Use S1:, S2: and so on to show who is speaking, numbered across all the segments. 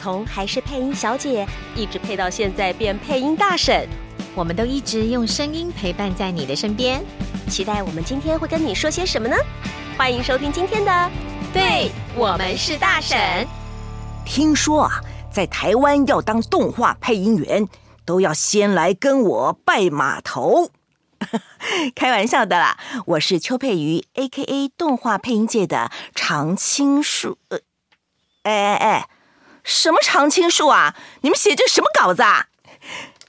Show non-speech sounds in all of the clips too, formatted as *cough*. S1: 从还是配音小姐，一直配到现在变配音大婶，
S2: 我们都一直用声音陪伴在你的身边。
S1: 期待我们今天会跟你说些什么呢？欢迎收听今天的，
S2: 对我们是大婶。
S3: 听说啊，在台湾要当动画配音员，都要先来跟我拜码头。 *laughs* 开玩笑的啦，我是邱佩瑜，A.K.A 动画配音界的常青树。呃，哎哎哎，什么常青树啊？你们写这什么稿子啊？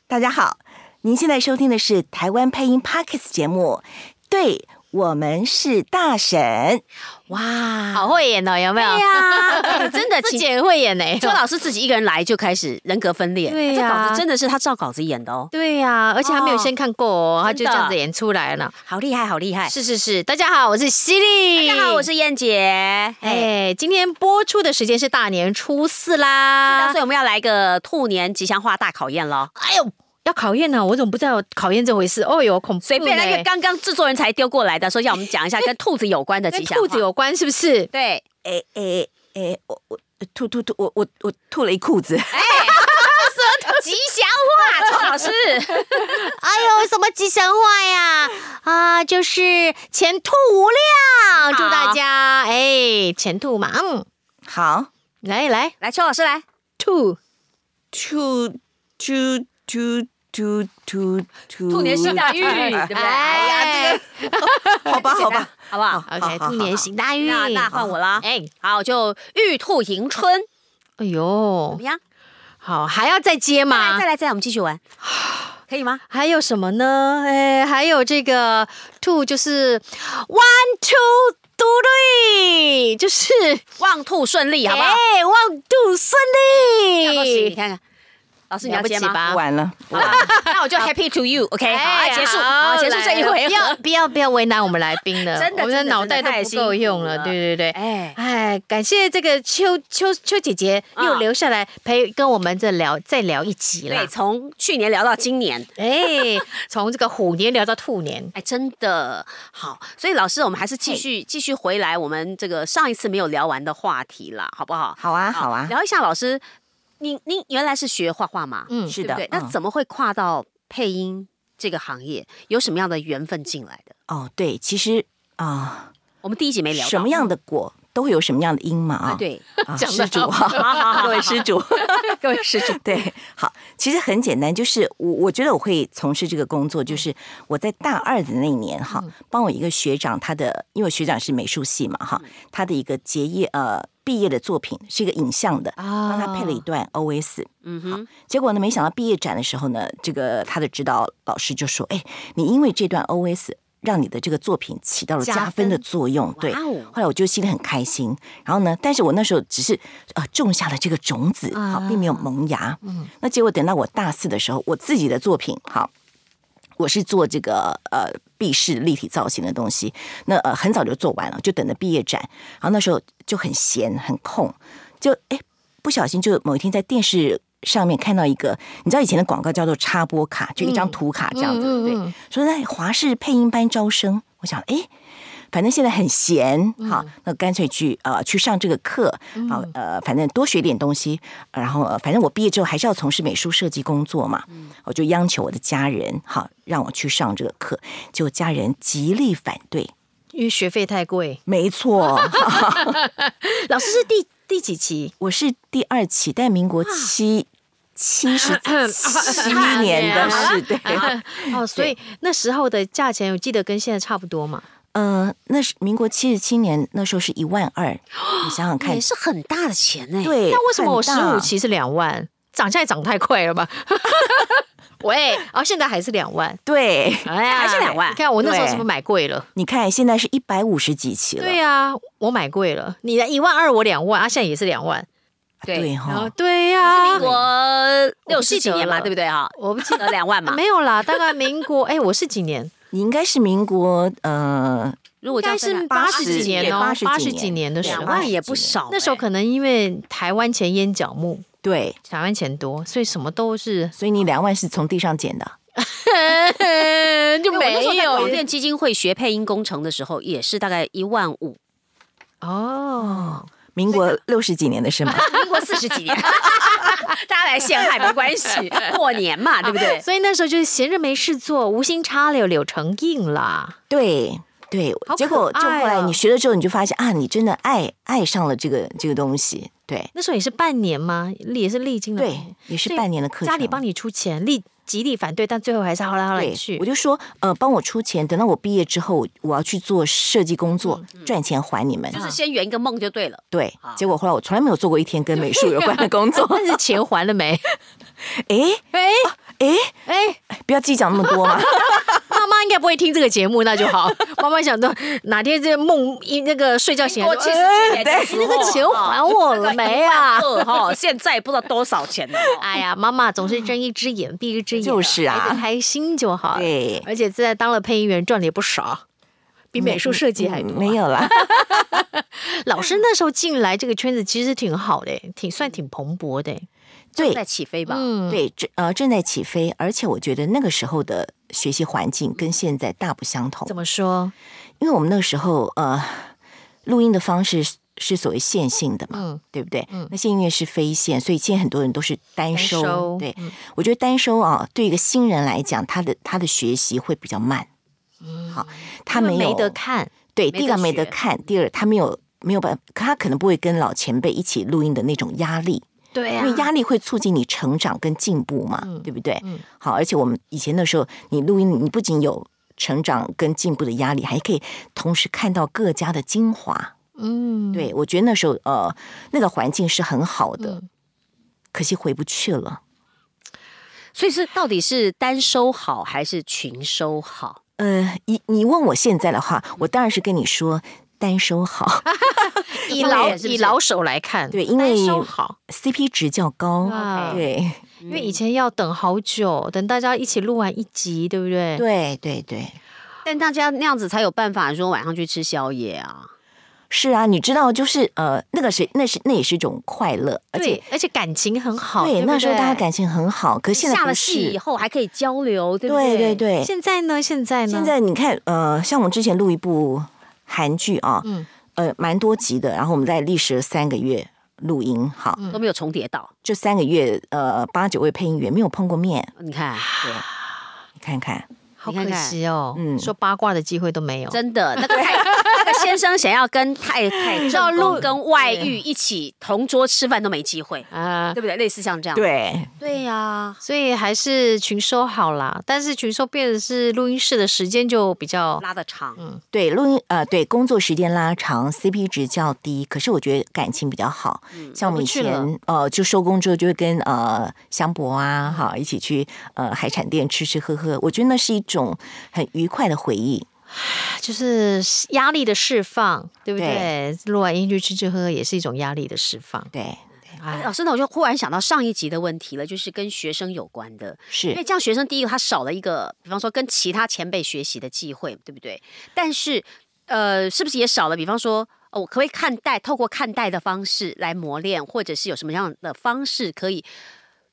S3: 大家好，您现在收听的是台湾配音 Pockets 节目，对我们是大婶。哇，
S4: 好会演哦，有没有？
S1: 对哎呀、
S4: *laughs* 真的，自己也会演呢。
S1: 周老师自己一个人来就开始人格分裂，
S4: 对啊呀
S1: 这稿子真的是他照稿子演的哦，
S4: 对呀、而且他没有先看过哦，他就
S1: 真的
S4: 这样子演出来了。
S1: 好厉害，好厉害！
S4: 是是是，大家好，我是犀利。
S1: 大家好，我。是燕姐。哎，
S4: 哎，今天播出的时间是大年初四啦
S1: 所以。我们要来个兔年吉祥话大考验了。
S4: 哎呦，要考验呢、我怎么不知道有考验这回事？哦呦，恐怖呢！
S1: 随便那个刚刚制作人才丢过来的，说要我们讲一下跟兔子有关的吉
S4: 跟
S1: 祥话。
S4: 兔子有关是不是？
S1: 对，
S3: 哎哎哎，我我吐吐吐，我我我吐了一裤子。
S1: 哎吉祥话，周老师，
S4: 哎呦，什么吉祥话呀？啊，就是前途无量，祝大家哎前途嘛，嗯，
S3: 好，
S4: 来来
S1: 来，邱老师来，
S4: 兔。
S3: 吐吐吐吐吐吐。
S1: 兔年行
S3: *laughs*
S1: 大运，对不对？
S4: 哎呀，
S3: 好吧好吧，
S1: 好不好？
S3: 好好
S4: OK，
S3: 好
S4: 兔年行大运。
S1: 那那换我啦。
S4: 哎，
S1: 好，就玉兔迎春，
S4: 哎
S1: 怎
S4: 呦
S1: 么，样？
S4: 好，还要再接
S1: 再来，
S4: 吗
S1: 再？来，再来，我们继续玩，可以吗？
S4: 还有什么呢？哎，还有这个 two 就是 one two three，就是
S1: 望兔顺利，好不好？
S4: 哎，one two
S1: 这样
S4: 顺
S1: 都行，你
S4: 利。
S1: 看看，老师你
S4: 了
S1: 要
S4: 不
S1: 接
S4: 起
S1: 吗？
S4: 吧？
S3: 完了，
S1: 好吧，那我就 Happy to you，OK，好，
S4: 哎
S1: 来结束，
S4: 好
S1: 好，结束这一回
S4: 来不要
S1: 合。
S4: 不要不要为难我们来宾
S1: *laughs*
S4: 了，
S1: 真的
S4: 我们的
S1: 真的
S4: 脑袋
S1: 真的
S4: 都
S1: 太
S4: 不
S1: 辛苦
S4: 够用了。
S1: 了
S4: 对对对，
S1: 哎，
S4: 哎，感谢这个秋秋秋姐姐
S1: 嗯
S4: 又留下来陪跟我们这聊再聊一集啦
S1: 对，。 *laughs* 从去年聊到今年，
S4: 哎，从这个虎年聊到兔年，
S1: 哎，真的好，所以老师，我们还是继续继续回来我们这个上一次没有聊完的话题啦，好不好？
S3: 好啊好啊，
S1: 聊一下老师，您您原来是学画画嘛？
S4: 嗯，
S1: 对
S3: 是
S1: 不
S3: 的
S1: 对，，
S3: 嗯
S1: 那怎么会跨到配音这个行业？有什么样的缘分进来的？
S3: 哦对，其实啊，
S1: 我们第一集没聊到嗯
S3: 什么样的果都会有什么样的因嘛
S1: 啊？
S3: 啊，
S1: 对，
S3: 啊，
S4: 讲得
S3: 施主
S4: 好
S3: 啊，各
S1: *laughs*
S3: 位施主，
S1: 各位师长，
S3: *laughs* 对，好，其实很简单，就是我我觉得我会从事这个工作，就是我在大二的那一年哈，帮我一个学长，他的因为我学长是美术系嘛哈，他的一个结业呃毕业的作品是一个影像
S1: 哦
S3: 的，
S4: 啊
S3: 帮他配了一段 OS，
S1: 嗯哼，
S3: 结果呢，没想到毕业展的时候呢，这个他的指导老师就说：“哎，你因为这段 OS 让你的这个作品起到了
S4: 加
S3: 加分的作用。”对。
S1: 哇哦
S3: 后来我就心里很开心。然后呢，但是我那时候只是呃种下了这个种子，好，并没有萌芽。嗯。那结果等到我大四的时候，我自己的作品，好，我是做这个呃壁饰立体造型的东西，那呃很早就做完了，就等着毕业展。然后那时候就很闲很空，就哎不小心就某一天在电视上面看到一个，你知道以前的广告叫做插播卡，就一张图卡这样子，
S4: 嗯嗯嗯
S3: 对，说在华视配音班招生，我想哎。诶反正现在很闲，好，那干脆去呃去上这个课，好呃，反正多学点东西，然后呃反正我毕业之后还是要从事美术设计工作嘛，我就央求我的家人，好让我去上这个课，结果家人极力反对，
S4: 因为学费太贵。
S3: 没错， *laughs*
S4: 老师是第第几
S1: *laughs*
S4: 期？
S3: 我是第二期，但民国七七十七年啊的事，对，
S4: 哦，所以那时候的价钱，我记得跟现在差不多嘛。
S3: 呃，那是民国七十七年，那时候是一万二，你想想看
S1: 也，是很大的钱呢。
S3: 对，
S4: 哎那为什么我十
S3: 很大
S4: 五？期是两万？涨价也涨太快了吧？ *laughs* 喂，哦，现在还是两万，
S3: 对， *laughs*
S4: 哎呀
S1: 还是两万
S4: 你看我那时候
S3: 对
S4: 是不是买贵了？
S3: 你看现在是一百五十几期了，
S4: 对呀、我买贵了。你的一万二，我两万，啊，现在也是两万。
S1: 对，
S4: 然后
S3: 哈，
S4: 啊对呀、
S1: 民国六十几年
S4: 我
S1: 嘛，
S4: 不记得了
S1: 对不对哈？*laughs*
S4: 我不记得
S1: 呃，两万嘛。
S4: 没有啦，大概民国哎，我是几年？
S3: 你应该是民国呃
S1: 如果
S4: 应
S1: 这样
S4: 该
S1: 算
S4: 是
S1: 来
S4: 八
S3: 80
S4: 十
S3: 几
S4: 年
S3: 年
S4: 哦，
S3: 80
S4: 八
S3: 几
S4: 十
S3: 年
S4: 几年的时
S1: 两
S4: 候，
S1: 万也不少，
S4: 那时候
S1: 哎
S4: 可能因为台湾前烟角木，
S3: 对，
S4: 台湾前多，所以什么都是
S3: 所以你两万是从地上捡的。
S4: *laughs* 就
S1: 因为我那时候
S4: 没
S1: 在广
S4: 有
S1: 电基金会学配音工程的时候，也是大概一万五，
S4: 哦。
S3: 民国六十几年的
S4: 啊
S3: 是吗？
S1: 民国四十 *laughs* 几年，大家来陷害没关系，过年嘛，对不对？
S4: 所以那时候就是闲着没事做，无心插柳柳成荫啦。
S3: *laughs* 对对
S4: 好可爱，
S3: 结果就后来
S4: 哦
S3: 你学了之后，你就发现啊，你真的爱爱上了这个这个东西。对
S4: 那时候也是半年吗？也是历经了半
S3: 对
S4: 年，，
S3: 也
S4: 嗯
S3: 是
S4: 所以
S3: 半年的课程。
S4: 家里帮你出钱，力极力反对，但最后还是好了好了你
S3: 对
S4: 去
S3: 我。就说呃，帮我出钱，等到我毕业之后，我我要去做设计工作，
S4: 嗯
S3: 赚钱还你们。
S1: *laughs* 就是先圆一个梦就对了。
S3: 对，结果后来我从来没有做过一天跟美术有关的工作。
S4: 但是钱还了没？
S3: 诶
S4: *laughs*
S3: 啊
S4: 哎
S3: 诶，
S4: 哎，
S3: 不要计较那么
S4: *laughs*
S3: 多嘛。
S4: 妈妈应该不会听这个节目，那就好。妈妈想到哪天这梦一那个睡觉醒来
S1: 过
S4: 就，
S1: 七十
S4: 哎
S1: 几年的时候，
S4: 那个钱还我了没啊？
S1: 二哈，现在不知道多少钱了。
S4: 哎呀，妈妈总是睁一只眼闭一只眼，
S3: 就是啊
S4: 孩子开心就好。，
S3: 对，
S4: 而且现在当了配音员赚的也不少，比美术设计还多、啊
S3: 嗯没，有啦。
S4: 老师那时候进来这个圈子其实挺好的，挺算挺蓬勃的。
S3: 对
S1: 在起飞吧。
S4: 嗯，
S3: 对，正呃正在起飞，而且我觉得那个时候的学习环境跟现在大不相同
S4: 怎。么说？
S3: 因为我们那个时候呃，录音的方式是是所谓线性的嘛，
S4: 嗯
S3: 对不对？
S4: 嗯
S3: 那线音乐是非线，所以现在很多人都是单收。
S4: 单收嗯
S3: 对，我觉得单收啊，对一个新人来讲，他的他的学习会比较慢。好，他
S4: 因为
S3: 没
S4: 嗯
S3: 有
S4: 没得看，
S3: 对，
S1: 没
S3: 第一
S1: 得
S3: 个没得
S1: 学
S3: 看，第二他没有没有办法，他可能不会跟老前辈一起录音的那种压力。
S4: 对
S1: 嗯
S3: 因为压力会促进你成长跟进步嘛，对不对？
S1: 嗯
S3: 好，而且我们以前的时候，你录音，你不仅有成长跟进步的压力，还可以同时看到各家的精华。
S4: 嗯，
S3: 对我觉得那时候，呃，那个环境是很好的，
S1: 嗯
S3: 可惜回不去了。
S1: 所以是到底是单收好还是群收好？
S3: 呃，你你问我现在的话，我当然是跟你说单收好， *laughs*
S4: 以老
S1: 对是不是
S4: 以老手来看，
S3: 对因为
S4: 单收好，
S3: CP 值较高。
S4: 啊
S3: 对
S4: 因为以前要等好久，等大家一起录完一集，对不对？
S3: 对对对，
S1: 但大家那样子才有办法说晚上去吃宵夜啊。
S3: 是啊，你知道，就是呃，那个是那是那也是一种快乐，而且
S4: 对，而且感情很好。
S3: 对，
S4: 不
S3: 那时候大家感情很好，可现在
S1: 下
S3: 不
S1: 了戏以
S3: 是。
S1: 后还可以交流，对不
S3: 对
S1: 对
S3: 对对，
S4: 现在呢？现在呢？
S3: 现在你看，呃，像我们之前录一部韩剧啊，
S4: 嗯
S3: 呃，蛮多集的，然后我们在历时了三个月录音，好，
S1: 都没有重叠到。
S3: 这三个月呃八九位配音员没有碰过面，
S1: 你看，
S3: 你看看，
S4: 好
S1: 你看
S4: 可
S1: 看
S4: 惜哦，
S3: 嗯
S4: 说八卦的机会都没有。
S1: 真的那个太那个先生想要跟太太
S4: 道
S1: 正
S4: 路
S1: 宫跟外遇一起同桌吃饭都没机会，
S4: 啊、
S1: 对不对？类似像这样。
S3: 对，
S1: 对呀、
S4: 所以还是群收好啦。但是群收变的是录音室的时间就比较
S1: 拉的长，
S3: 对，录音呃，对，工作时间拉长，CP 值较低，可是我觉得感情比较好。像我们以
S4: 回不去了
S3: 前呃，就收工之后就会跟呃香博啊，哈，一起去呃海产店吃吃喝喝，我觉得那是一种很愉快的回忆。
S4: 就是压力的释放，对不对
S3: 对？
S4: 录完音就吃吃喝喝也是一种压力的释放。
S3: 对，
S1: 哎
S4: 哎，
S1: 老师，那我就忽然想到上一集的问题了，就是跟学生有关的，因为
S3: 是
S1: 这样学生第一个他少了一个，比方说跟其他前辈学习的机会，对不对？但是，呃，是不是也少了？比方说，哦我可不可以看待，透过看待的方式来磨练，或者是有什么样的方式可以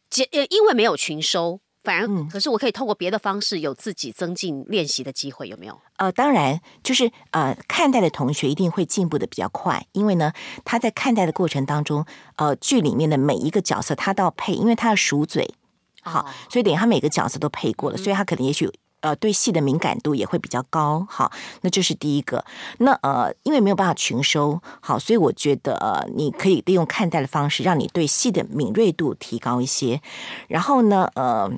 S1: 结？呃，因为没有群收，反而、
S4: 嗯
S1: 可是我可以透过别的方式有自己增进练习的机会，有没有？
S3: 呃，当然就是呃，看待的同学一定会进步的比较快，因为呢，他在看待的过程当中，呃，剧里面的每一个角色他都要配，因为他要熟嘴，好，
S1: 哦
S3: 所以等于他每个角色都配过了，所以他可能也许呃对戏的敏感度也会比较高。好，那这是第一个。那呃，因为没有办法群收，好，所以我觉得呃，你可以利用看待的方式，让你对戏的敏锐度提高一些。然后呢，呃。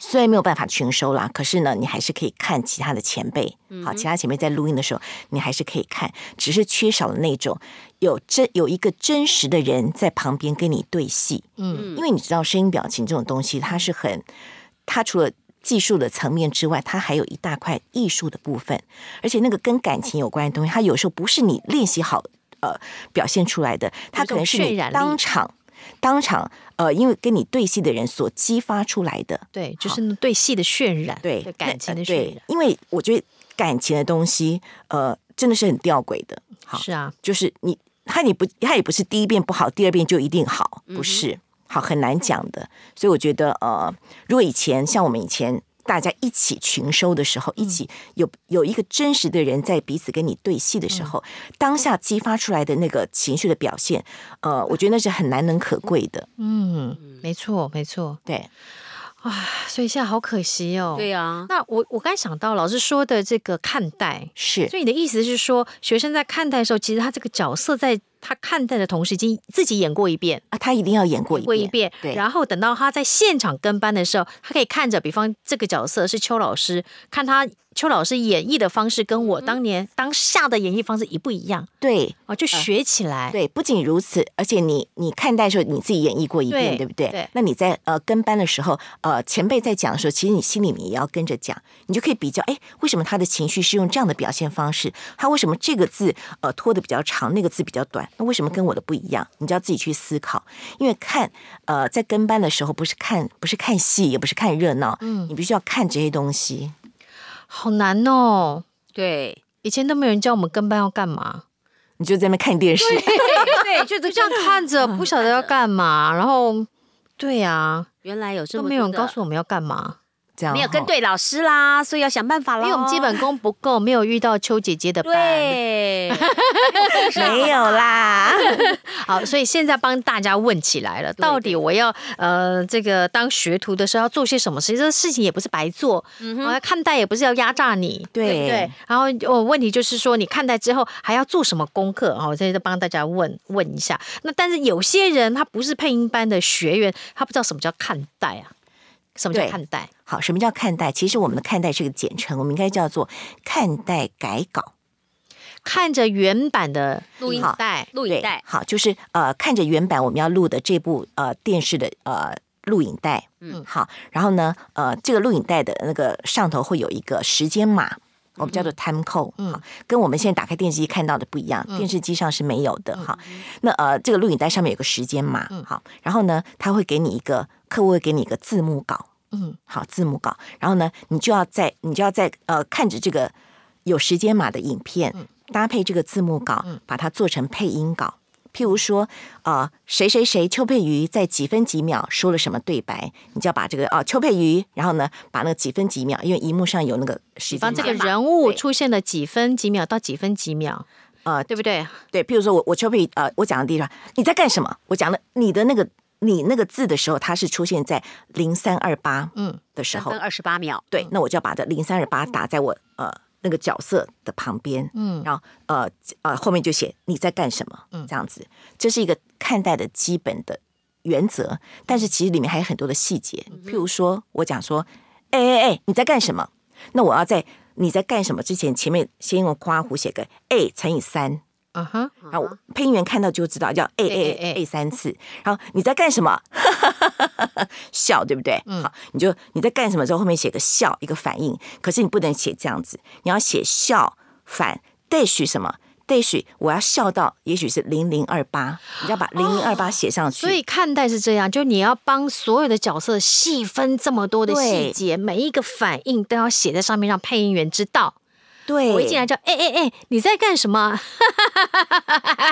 S3: 虽然没有办法群收啦，可是呢，你还是可以看其他的前辈，
S4: 嗯
S3: 好，其他前辈在录音的时候，你还是可以看，只是缺少了那种有真有一个真实的人在旁边跟你对戏，
S4: 嗯，
S3: 因为你知道声音表情这种东西，它是很，它除了技术的层面之外，它还有一大块艺术的部分，而且那个跟感情有关的东西，它有时候不是你练习好。呃表现出来的，
S4: 有
S3: 它可
S4: 种
S3: 能是你
S4: 渲染力
S3: 当场当场呃，因为跟你对戏的人所激发出来的。
S4: 对，就是对戏的渲染，
S3: 对那
S4: 感情的
S3: 呃
S4: 渲
S3: 对
S4: 染，，
S3: 因为我觉得感情的东西，呃，真的是很吊诡的。好，
S4: 是啊，
S3: 就是你他你不他也不是第一遍不好，第二遍就一定好，
S4: 嗯
S3: 不是、好很难讲的。所以我觉得呃，如果以前像我们以前。大家一起群收的时候，
S4: 嗯
S3: 一起有有一个真实的人在彼此跟你对戏
S4: 嗯
S3: 的时候，当下激发出来的那个情绪的表现，呃，我觉得那是很难能可贵的。
S4: 嗯，没错，没错，
S3: 对，
S4: 所以现在好可惜哦。
S1: 对啊，
S4: 那我我刚才想到老师说的这个看待，
S3: 是
S4: 所以你的意思是说，学生在看待的时候，其实他这个角色在他看待的同时，已经自己演过一遍，
S3: 啊，他一定要演过一
S4: 演过
S3: 遍，
S4: 一遍，
S3: 对
S4: 然后等到他在现场跟班的时候，他可以看着，比方这个角色是邱老师，看他邱老师演绎的方式跟我当年、当下的演绎方式一不一样
S3: 对，
S4: 哦，就学起来。
S3: 对，不仅如此，而且你你看待的时候，你自己演绎过一遍，
S4: 对
S3: 对不对？
S4: 对
S3: 那你在呃跟班的时候，呃前辈在讲的时候，其实你心里面也要跟着讲，你就可以比较，哎，为什么他的情绪是用这样的表现方式？他为什么这个字呃拖的比较长，那个字比较短？那为什么跟我的不一样？你就要自己去思考，因为看呃在跟班的时候，不是看不是看戏，也不是看热闹，嗯，你必须要看这些东西。
S4: 好难哦，
S1: 对
S4: 以前都没有人教我们跟班要干嘛，
S3: 你就在那边看电视，
S1: 对，就
S4: 就这样看着，不晓得要干嘛，然后对呀、啊，
S1: *laughs* 原来有这
S4: 都
S1: 么
S4: 没有人
S1: 多的
S4: 告诉我们要干嘛，
S3: 这样
S1: 没有
S3: 哈
S1: 跟对老师啦，所以要想办法
S4: 因
S1: 啦。
S4: 为我们基本功不够，没有遇到邱姐姐的班。
S1: 哦对 *laughs*
S4: *laughs*
S3: 没有啦，
S4: 好，所以现在帮大家问起来了，到底我要呃这个当学徒的时候要做些什么事？这事情也不是白做，我要看待也不是要压榨你，
S3: 嗯对
S4: 不对？然后哦，问题就是说你看待之后还要做什么功课？哦好，我现在就帮大家问问一下。那但是有些人他不是配音班的学员，他不知道什么叫看待啊，什么叫
S3: 对
S4: 看待？
S3: 好，什么叫看待？其实我们的看待是个简称，我们应该叫做看待改稿。
S4: 看着原版的
S1: 录音
S4: 影带，
S1: 录影
S3: 对
S1: 带，
S3: 好，就是呃，看着原版我们要录的这部呃电视的呃录影带，嗯，好，然后呢，呃，这个录影带的那个上头会有一个时间码。我们叫做 time code，嗯，跟我们现在打开电视机看到的不一样，电视机上是没有的哈。那呃，这个录影带上面有个时间码，好，然后呢，他会给你一个客户会给你一个字幕稿，
S4: 嗯，
S3: 好字幕稿，然后呢，你就要在你就要在呃看着这个有时间码的影片，搭配这个字幕稿，把它做成配音稿。譬如说，呃，谁谁谁邱佩瑜在几分几秒说了什么对白，你就要把这个哦、邱佩瑜，然后呢，把那个几分几秒，因为荧幕上有那个时
S4: 比
S3: 间
S4: 方
S3: 码，
S4: 这个人物
S3: 对
S4: 出现了几分几秒到几分几秒，
S3: 呃
S4: 对不对？
S3: 对，譬如说我我邱佩瑜呃，我讲的第一段，你在干什么？我讲的你的那个你那个字的时候，它是出现在零三二八
S4: 嗯
S3: 嗯的时
S1: 三
S3: 候
S1: 分，二十八秒，
S3: 对，那我就要把这零三二八打在我呃那个角色的旁边，嗯，然后呃呃后面就写你在干什么，嗯，这样子，这是一个看待的基本的原则，但是其实里面还有很多的细节，譬如说我讲说，哎哎哎，你在干什么？那我要在你在干什么之前，前面先用刮胡写个 a 乘以三，
S4: 啊哎哈，
S3: 然后我配音员看到就知道叫哎 A A A A 三次，然后你在干什么？ *laughs* 笑对不对？
S4: 嗯
S3: 好，你就你在干什么之后，后面写个笑一个反应，可是你不能写这样子，你要写笑反 dash 什么 dash，我要笑到也许是零零二八，你要把零零二八写上去。
S4: 哦所以看待是这样，就你要帮所有的角色细分这么多的细节，每一个反应都要写在上面，让配音员知道。
S3: 对，
S4: 我一进来就哎哎哎，你在干什么？ *laughs*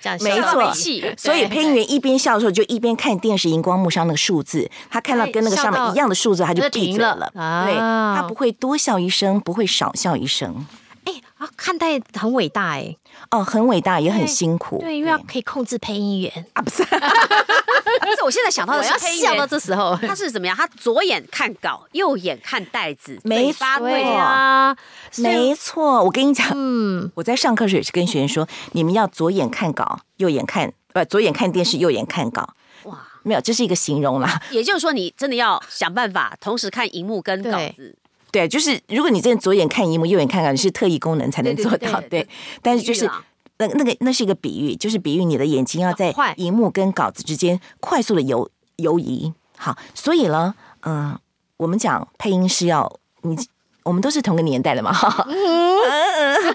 S4: 这样笑
S3: 没
S1: 笑到
S3: 错
S1: 没气，
S3: 所以
S4: 对
S3: 配音员一边笑的时候，就一边看电视荧光幕上那个数字，他看到跟那个上面一样的数字，他就闭嘴了。
S4: 啊
S3: 对，他不会多笑一声，不会少笑一声。
S4: 哎啊，看待很伟大哎，
S3: 哦，很伟大，也
S4: 对
S3: 很辛苦。
S4: 对，因为要可以控制配音员。
S3: 啊，不是，
S1: 但是我现在想到
S4: 我
S1: 的是
S4: 要
S1: 配音
S4: 笑
S1: 员
S4: 到这 *laughs* 时候，
S1: 他是怎么样？他左眼看稿，右眼看袋子，
S3: 没
S1: 嘴巴
S3: 错
S1: 对
S4: 对
S1: 着
S4: 啊，所以
S3: 没错。我跟你讲，
S4: 嗯，
S3: *laughs* 我在上课时也是跟学员说，你们要左眼看稿，右眼看，呃，左眼看电视，右眼看稿。
S1: 哇！
S3: 没有，这是一个形容啦。
S1: 也就是说，你真的要想办法同时看荧幕跟稿子，
S3: 对，就是如果你真的左眼看荧幕，右眼看啊稿，你是特异功能才能
S1: 对
S3: 做
S1: 对
S3: 到。
S1: 对对
S3: 但是就
S1: 比喻
S3: 是
S1: 啦
S3: 那那个那是一个比喻，就是比喻你的眼睛要在
S4: 快
S3: 荧幕跟稿子之间快速的游呃游移。好，所以呢，嗯、我们讲配音是要你。我们都是同个年代的嘛，哈哈。嗯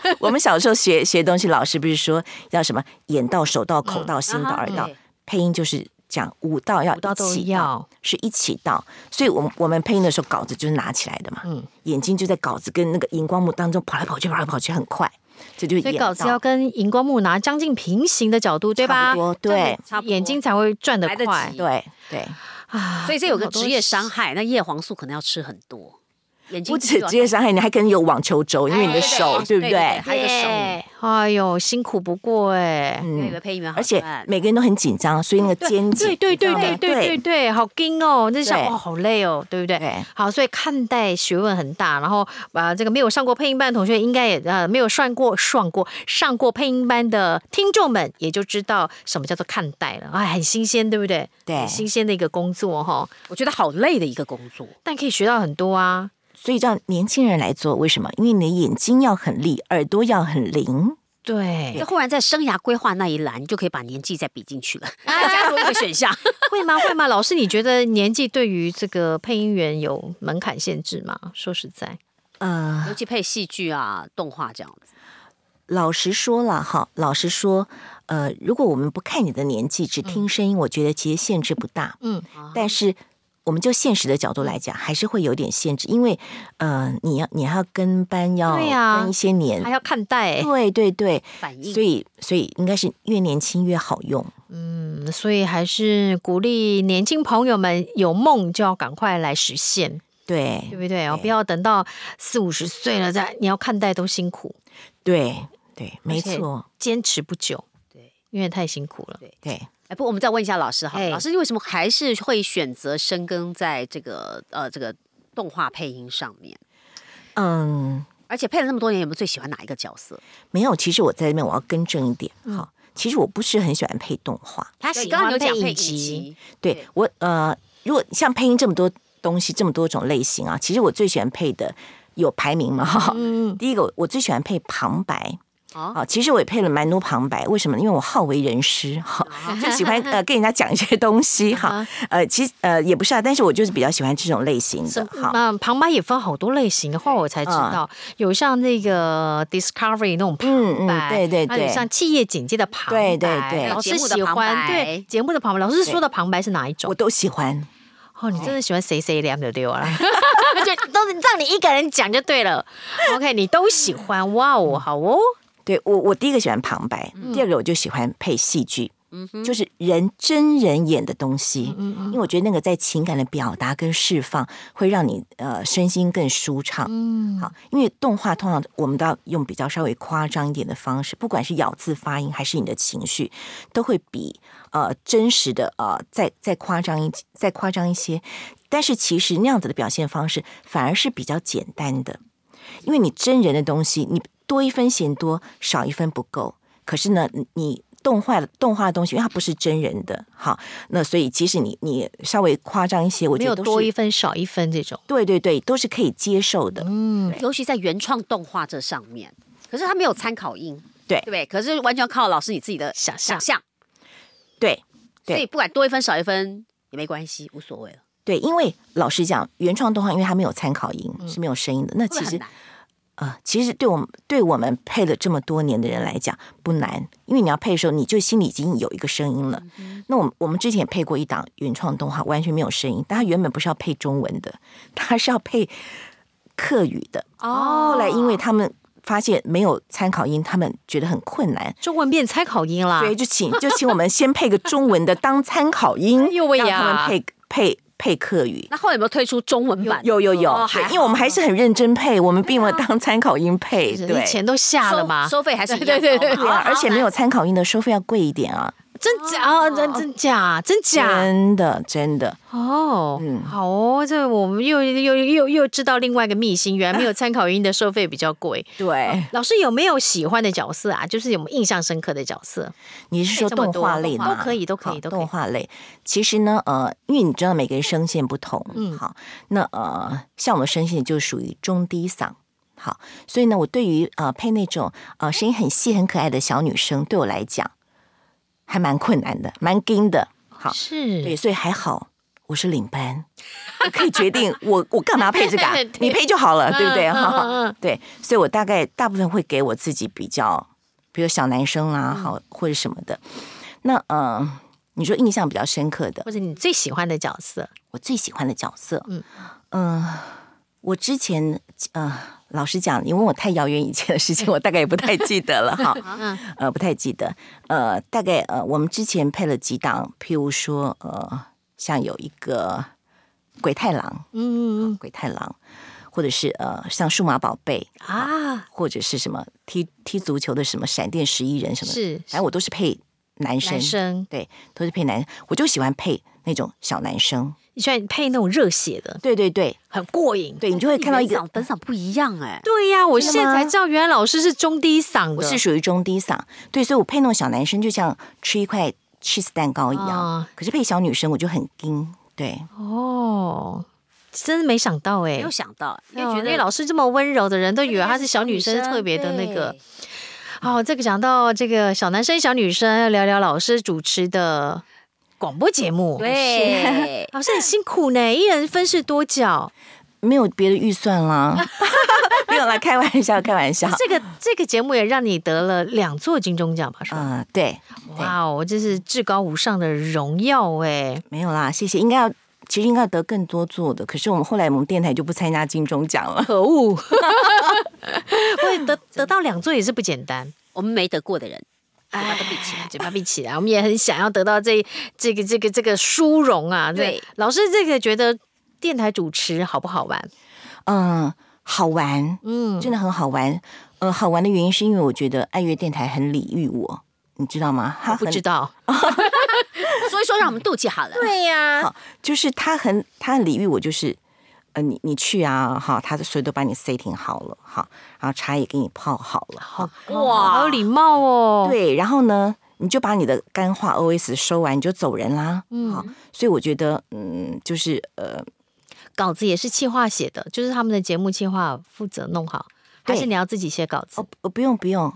S3: 嗯 *laughs* 我们小时候学学东西，老师不是说要什么眼到、手到、口到、心到、
S1: 啊哈
S3: 耳到
S1: 对，
S3: 配音就是讲五道要
S4: 五道
S3: 一
S4: 都
S3: 起啊
S4: 要
S3: 到，是一起到。所以我们我们配音的时候，稿子就是拿起来的嘛，
S4: 嗯
S3: 眼睛就在稿子跟那个荧光幕当中跑来跑去，跑来跑去，很快，这就
S4: 所以
S3: 演
S4: 稿
S3: 到
S4: 子要跟荧光幕拿将近平行的角度，对吧
S3: 差不？多对
S1: 差不多
S4: 眼睛才会转得
S1: 来得
S4: 快
S1: 及
S3: 对对，
S4: 啊
S1: 所以这有个
S4: 好多
S1: 职业伤害，那叶黄素可能要吃很多，眼睛
S3: 不止
S1: 就要
S3: 职业伤害，你还可能有网球肘，因为你的手，对不对？
S1: 还有一个手，
S4: 哎呦，辛苦不过哎、
S1: 有一
S3: 嗯
S1: 个，配音员好
S3: 而且
S1: 赞
S3: 每个人都很紧张，所以那个肩
S4: 对
S3: 颈，
S4: 对对
S3: 你知道
S4: 对
S3: 吗
S4: 对对对，好硬哦！那想
S3: 对
S4: 哇，好累哦，对不对？
S3: 对
S4: 好，所以看待学问很大，然后啊、呃这个没有上过配音班的同学，应该也呃没有上过上过上过配音班的听众们，也就知道什么叫做看待了。哎，很新鲜，对不对？
S3: 对
S4: 很新鲜的一个工作哈、
S1: 我觉得好累的一个工作。
S4: 但可以学到很多啊。
S3: 所以让年轻人来做，为什么？因为你的眼睛要很利，耳朵要很灵。
S1: 就 *laughs*
S4: 对，
S1: 忽然在生涯规划那一栏，你就可以把年纪再比进去了，
S4: *laughs*
S1: 再加入一个选项。
S4: 啊会吗？会吗？老师，你觉得年纪对于这个配音员有门槛限制吗？说实在，
S3: 呃，
S1: 尤其配戏剧啊、动画这样子，
S3: 老实说了哈，老实说，呃，如果我们不看你的年纪，只听声音，我觉得其实限制不大。
S4: 嗯，
S3: 但是我们就现实的角度来讲，还是会有点限制，因为呃，你要你还要跟班，要
S4: 对呀
S3: 跟一些年
S4: 还，要看待、
S1: 嗯
S4: 欸。
S3: 对对对，
S1: 反应
S3: 所以所以应该是越年轻越好用。
S4: 嗯，所以还是鼓励年轻朋友们有梦就要赶快来实现，
S1: 嗯
S4: 对
S3: 对
S4: 不对？哦，
S3: 对
S4: 不要等到四五十岁了再你要看待都辛苦，
S3: 对对，没
S4: 而且
S3: 错，
S4: 坚持不久，
S1: 对，
S4: 因为太辛苦了。
S3: 对。
S1: 哎，不，我们再问一下老师哈
S4: 哎，
S1: 老师你为什么还是会选择深耕在这个呃这个动画配音上面？
S3: 嗯，
S1: 而且配了那么多年，有没有最喜欢哪一个角色？
S3: 没有。其实我在这边我要更正一点，
S4: 嗯
S3: 哈、其实我不是很喜欢配动画。
S4: 他
S1: 对
S4: 喜
S1: 刚刚
S4: 欢
S1: 有
S4: 配
S1: 讲配
S4: 影
S1: 影
S4: 集，
S1: 集，
S3: 对
S1: 对
S3: 我呃，如果像配音这么多东西，这么多种类型啊，其实我最喜欢配的有排名嘛，哈、
S4: 嗯，
S3: 第一个我最喜欢配旁白。
S1: 哦
S3: 啊，其实我也配了蛮多旁白，为什么呢？因为我好为人师哈，
S4: 啊
S3: 就喜
S4: *laughs*
S3: 欢呃跟人家讲一些东西哈，呃，其实呃也不是啊，但是我就是比较喜欢这种类型的
S4: 什
S3: 哈。
S4: 那嗯旁白也分好多类型，后来我才知
S1: 嗯
S4: 道、有像那个 Discovery 那种旁
S3: 嗯嗯
S4: 白，
S3: 对对
S4: 还有
S3: 对
S4: 像企业简介的旁白，
S3: 对对对
S4: 老师
S1: 节目的
S4: 喜
S1: 旁
S4: 欢
S1: 白
S4: 对节目的旁白，老师说的旁白是哪一种
S3: 我？都喜欢，
S4: 哦，你真的喜欢谁谁两的六啊？ *laughs* 就都让你一个人讲就对了。OK，你都喜 *laughs* 欢，哇哦，好哦，
S3: 对我我第一个喜欢旁白，第二个我就喜欢配戏剧，就是人真人演的东西，因为我觉得那个在情感的表达跟释放会让你呃身心更舒畅。
S4: 嗯，
S3: 好，因为动画通常我们都要用比较稍微夸张一点的方式，不管是咬字发音还是你的情绪，都会比呃真实的呃再再夸张一再夸张一些。但是其实那样子的表现方式反而是比较简单的，因为你真人的东西，你多一分嫌多，少一分不够。可是呢，你你动画动画的东西，因为它不是真人的，好，那所以即使你你稍微夸张一些，我
S4: 没
S3: 觉
S4: 有
S3: 得都是
S4: 多一分少一分这种。
S3: 对对对，都是可以接受的。
S1: 嗯尤其在原创动画这上面，可是他没有参考音，
S3: 对
S1: 对不对？可是完全靠老师你自己的
S4: 想象
S1: 想象，
S3: 对，对
S1: 所以不管多一分少一分也没关系，无所谓了。
S3: 对，因为老实讲，原创动画因为它没有参考音，是没有声音的。那
S1: 嗯会不会
S3: 其
S1: 很
S3: 实
S1: 难
S3: 呃，其实对我们对我们配了这么多年的人来讲不难，因为你要配的时候，你就心里已经有一个声音了。
S1: 嗯
S3: 那我们我们之前也配过一档原创动画，完全没有声音，但它原本不是要配中文的，它是要配客语的。
S1: 哦
S3: 后来因为他们发现没有参考音，他们觉得很困难，
S4: 中文变参考音啦
S3: 所，以就请 *laughs* 就请我们先配个中文的当参考音
S4: 哎，呦喂
S3: 让他
S4: 呀
S3: 们配配配客语。
S1: 那后来有没有推出中文版？
S3: 有有有
S1: 哦，
S3: 对
S1: 还
S3: 因为我们还是很认真配，我们并没有当参考音配，
S4: 是
S3: 对
S4: 你，钱都下了吗
S1: 收？收费还是一样
S4: 对对对
S1: 高嘛 *laughs*
S3: 对啊，而且没
S1: 好
S3: 有参考音的收费要贵一点啊，
S4: 真假？哦真真假？真假？
S3: 真的真的，
S4: 哦，
S3: 嗯
S4: 好哦，这我们又又又又知道另外一个秘辛，原来没有参考音的收费比较贵。
S3: 对，
S4: *laughs* 老师有没有喜欢的角色啊？就是有没有印象深刻的角色？
S3: 你是说
S4: 配这么
S3: 动
S4: 多
S3: 画类的
S4: 都
S3: 吗？
S4: 可以都可以
S3: 好
S4: 都可以
S3: 动画类。其实呢，呃，因为你知道每个人声线不同，
S4: 嗯
S3: 嗯，好，那呃，像我们声线就属于中低嗓。好，所以呢，我对于呃配那种呃声音很细很可爱的小女生，对我来讲还蛮困难的，蛮硬的。好，
S4: 是 *laughs*
S3: 对，所以还好，我是领班，我可以决定我我干嘛配这个、啊
S4: *laughs* 对，
S3: 你配就好了，对不对？
S4: 嗯嗯
S3: 哈、
S4: 嗯嗯
S3: 对，所以我大概大部分会给我自己比较，比如小男生啦，
S4: 嗯
S3: 好、或者什么的。那嗯、呃你说印象比较深刻的，
S4: 或者你最喜欢的角色，
S3: 我最喜欢的角色，
S4: 嗯
S3: 嗯我之前呃，老实讲，因为我太遥远以前的事情，我大概也不太记得了
S4: *laughs*
S3: 哈，
S4: 嗯
S3: 呃，不太记得，呃，大概呃，我们之前配了几档，譬如说呃，像有一个鬼太郎，
S4: 嗯嗯
S3: 鬼太郎，或者是呃，像数码宝贝，
S4: 嗯啊，
S3: 或者是什么踢踢足球的什么闪电十一人什么的，
S4: 是
S3: 反正我都是配男生，
S4: 男生，
S3: 对，都是配男，我就喜欢配那种小男生，
S4: 你喜欢配那种热血的，
S3: 对对对。
S4: 很过瘾。
S3: 哦对，你就会看到一
S1: 长
S3: 个，
S1: 本嗓不一样哎、
S4: 对呀、我现
S3: 真的
S4: 在
S3: 吗
S4: 才知道，原来老师是中低嗓的，
S3: 我是属于中低嗓，对，所以我配那种小男生，就像吃一块 cheese 蛋糕一样。
S4: 哦
S3: 可是配小女生，我就很硬，对，
S4: 哦，真没想到哎、
S1: 没有想到，哦因
S4: 因为
S1: 为
S4: 觉
S1: 觉
S4: 得
S1: 得
S4: 老师这么温柔的人都以为
S1: 她
S4: 她是小女生，特别的那个
S1: 对。
S4: 哦，这个讲到这个小男生、小女生，要聊聊老师主持的广播节目。，
S1: 对，
S4: 老师很辛苦呢，一人分饰多 *laughs* 角。
S3: 没有别的预算啦， *laughs* 没有啦，开玩笑，开玩笑。
S4: 这个这个节目也让你得了两座金钟奖吧？是吧？
S3: 嗯、对，
S4: 哇哦，这是至高无上的荣耀哎！
S3: 没有啦，谢谢。应该要，其实应该要得更多做的，可是我们后来我们电台就不参加金钟奖了。
S4: 可 *laughs* 恶， *laughs* 我得得到两座也是不简单。
S1: *laughs* 我们没得过的人，嘴巴都闭起来
S4: 哎嘴巴闭起来，我们也很想要得到这这个这个这个殊荣啊。
S1: 对
S4: 这，老师这个觉得电台主持好不好玩？
S3: 嗯、好玩，
S4: 嗯，
S3: 真的很好玩。呃，好玩的原因是因为我觉得爱乐电台很礼遇我，你知道吗？他
S4: 我不
S3: 很
S4: 知道。
S1: 所以说让我们妒忌好了。
S4: 对 *laughs* 呀、
S3: 好，就是他很他很礼遇我，就是呃，你你去啊，哈，他所有都把你塞挺好了，哈，然后茶也给你泡好了，哈，
S4: 哇，好有礼貌哦。，
S3: 对，然后呢，你就把你的干话 OS 收完，你就走人啦，
S4: 嗯
S3: 好，所以我觉得，嗯，就是呃，
S4: 稿子也是企划写的，就是他们的节目企划负责弄好，还
S3: 对
S4: 是你要自己写稿子
S3: 哦？，不不用不用，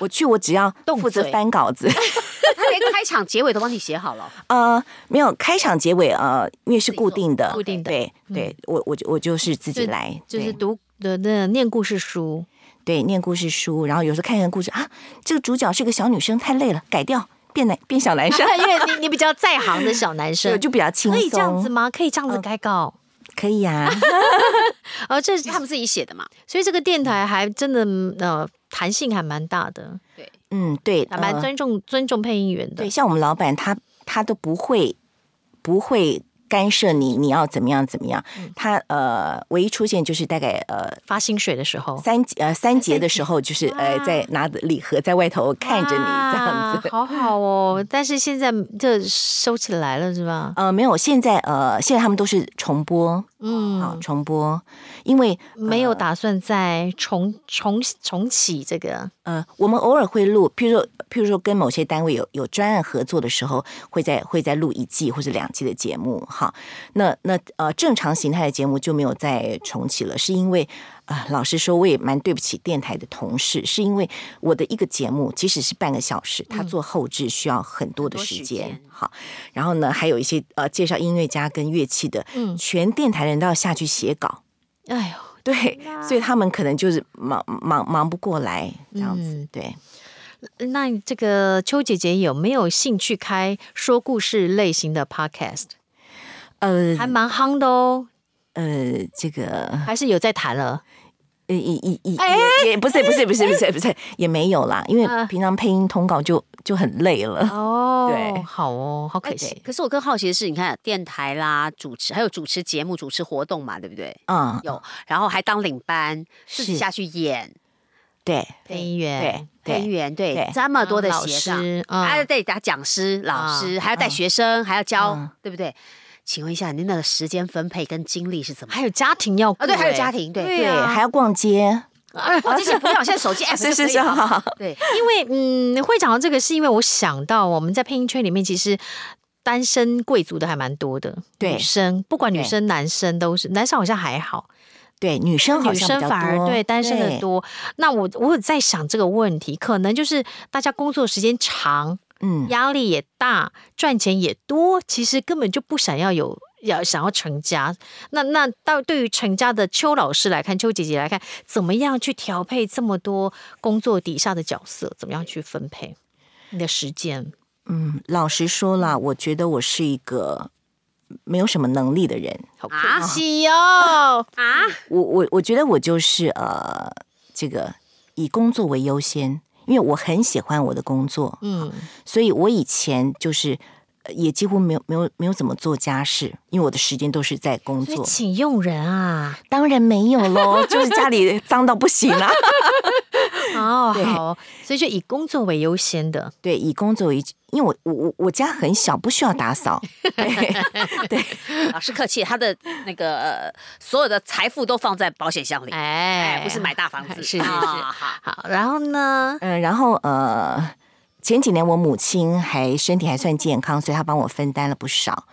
S3: 我去，我只要
S4: 动
S3: 负责
S4: 嘴
S3: 翻稿
S4: *laughs*
S3: 子，
S1: 他连开场结尾都帮你写好了，
S3: 呃，没有开场结尾，呃，因为是
S1: 己
S3: 固
S1: 做
S3: 定的，
S4: 固定的嗯
S3: 对对，我我就我就是自己来，
S4: 就是
S3: 对
S4: 读的那念故事书，
S3: 对，念故事书，然后有时候看一看故事啊，这个主角是个小女生，太累了，改掉变男变小
S4: *laughs*
S3: 男生，
S4: *laughs* 因为你你比较在行的小男
S3: 对，
S4: 生，
S3: 就比较轻
S4: 可
S3: 松。
S4: 以这样子吗？可以这样子改稿？
S3: 可以啊，
S4: 嗯哦，这
S1: 是他们自己写的嘛？
S4: 所以这个电台还真的呃弹性还蛮大的，
S1: 对，
S3: 嗯，对，
S4: *laughs* 还蛮
S3: 呃
S4: 尊重、尊重配音员的
S3: 对，。像我们老板他他都不会不会干涉你，你要怎么样怎么样。
S4: 嗯
S3: 他呃，唯一出现就是大概呃
S4: 发薪水的时候，
S3: 三节呃三节的时候，就是呃在拿着礼盒在外头看着你这样
S4: 哇
S3: 子。
S4: 好好
S3: *laughs*
S4: 哦。但是现在这收起来了是吧？
S3: 呃，没有，现在呃现在他们都是重播，好
S4: 嗯，
S3: 重播，因为
S4: 没
S3: 嗯
S4: 有打算再重重重启这个
S3: 呃，我们偶尔会录，譬如说，譬如说跟某些单位有有专案合作的时候，会在会在录一季或者两季的节目哈。那那呃，正常形态的节目就没有再重启了，是因为啊、老实说，我也蛮对不起电台的同事，是因为我的一个节目即使是半个小时，它做后置需要很多的
S1: 嗯很多
S3: 时
S1: 时
S3: 间
S1: 间
S3: 哈。然后呢，还有一些呃介绍音乐家跟乐器的，
S4: 嗯
S3: 全电台人都要下去写稿，
S4: 哎呦。
S3: 对，所以他们可能就是忙忙忙不过来这样子，
S4: 嗯
S3: 对。
S4: 那这个邱姐姐有没有兴趣开说故事类型的 podcast？
S3: 嗯呃
S4: 还蛮夯的哦，
S3: 呃，这个
S4: 还是有在谈了。
S3: 呃，也也也
S4: 哎
S3: 也也不是不是不是不是不是也没有啦，因
S4: 啊
S3: 为平常配音通稿就就很累了。
S4: 哦，
S3: 对
S4: 好哦，好可惜。
S1: 哎可是我更好奇的是，你看电台啦，主持还有主持节目、主持活动嘛，对不对？
S3: 嗯，
S1: 有，然后还当领班，自己
S3: 是
S1: 下去演
S3: 对
S4: 配音员啊
S3: 对，
S1: 配音
S3: 对
S1: 员，对
S3: 对，
S1: 这么多的
S4: 老
S1: 斜杠，
S4: 师，嗯
S1: 还要带打讲师、老师，还要带学生，还要教
S3: 嗯，
S1: 对不对？请问一下，您那个时间分配跟精力是怎么？
S4: 还有家庭要顾
S1: 啊，对，还有
S4: 欸
S1: 家，庭，对，
S4: 对
S3: 对，
S4: 啊
S3: 还要逛街，
S1: 我这些不要，现在手 *laughs* 机 app
S3: 是
S1: 就是可以
S3: 是，
S1: 了
S3: 好好
S1: 对，
S4: 因为嗯，会讲到这个，是因为我想到我们在配音圈里面，其实单身贵族的还蛮多的，
S3: 对
S4: 女生不管女
S3: 对
S4: 生男生都是，男生好像还好，
S3: 对，女生好
S4: 女
S3: 像
S4: 生
S3: 比较
S4: 反而
S3: 多
S4: 对单身的，多。那我我有在想这个问题，可能就是大家工作时间长，
S3: 嗯，
S4: 压力也大，赚钱也多，其实根本就不想要有要想要成家，那那到对于成家的邱老师来看，邱姐姐来看，怎么样去调配这么多工作底下的角色，怎么样去分配你的时间？
S3: 嗯，老实说啦，我觉得我是一个没有什么能力的人。
S4: 好
S1: 啊
S4: 可惜哦，
S1: 啊，
S3: 我我我觉得我就是呃，这个以工作为优先，因为我很喜欢我的工作，
S4: 嗯，
S3: 所以我以前就是呃也几乎没有没有没有怎么做家事，因为我的时间都是在工
S4: 所以
S3: 作。
S4: 请用
S1: *laughs*
S4: 人啊，
S3: 当然没有喽， *laughs* 就是家里脏到不行啦、
S4: 哦
S3: 对
S4: 好，所以就以工作为优先的，
S3: *laughs* 对，以工作为，因为我我我我家很小，不需要
S4: *laughs*
S3: 打扫。 *laughs*
S1: 老师客气，他的那个、呃所有的财富都放在保险箱里，
S4: 哎
S1: 哎，不是买大房子，
S4: 是是是
S1: 啊好
S4: 好，然后呢，
S3: 嗯，然后呃，前几年我母亲还身体还算健康，所以她帮我分担了不少。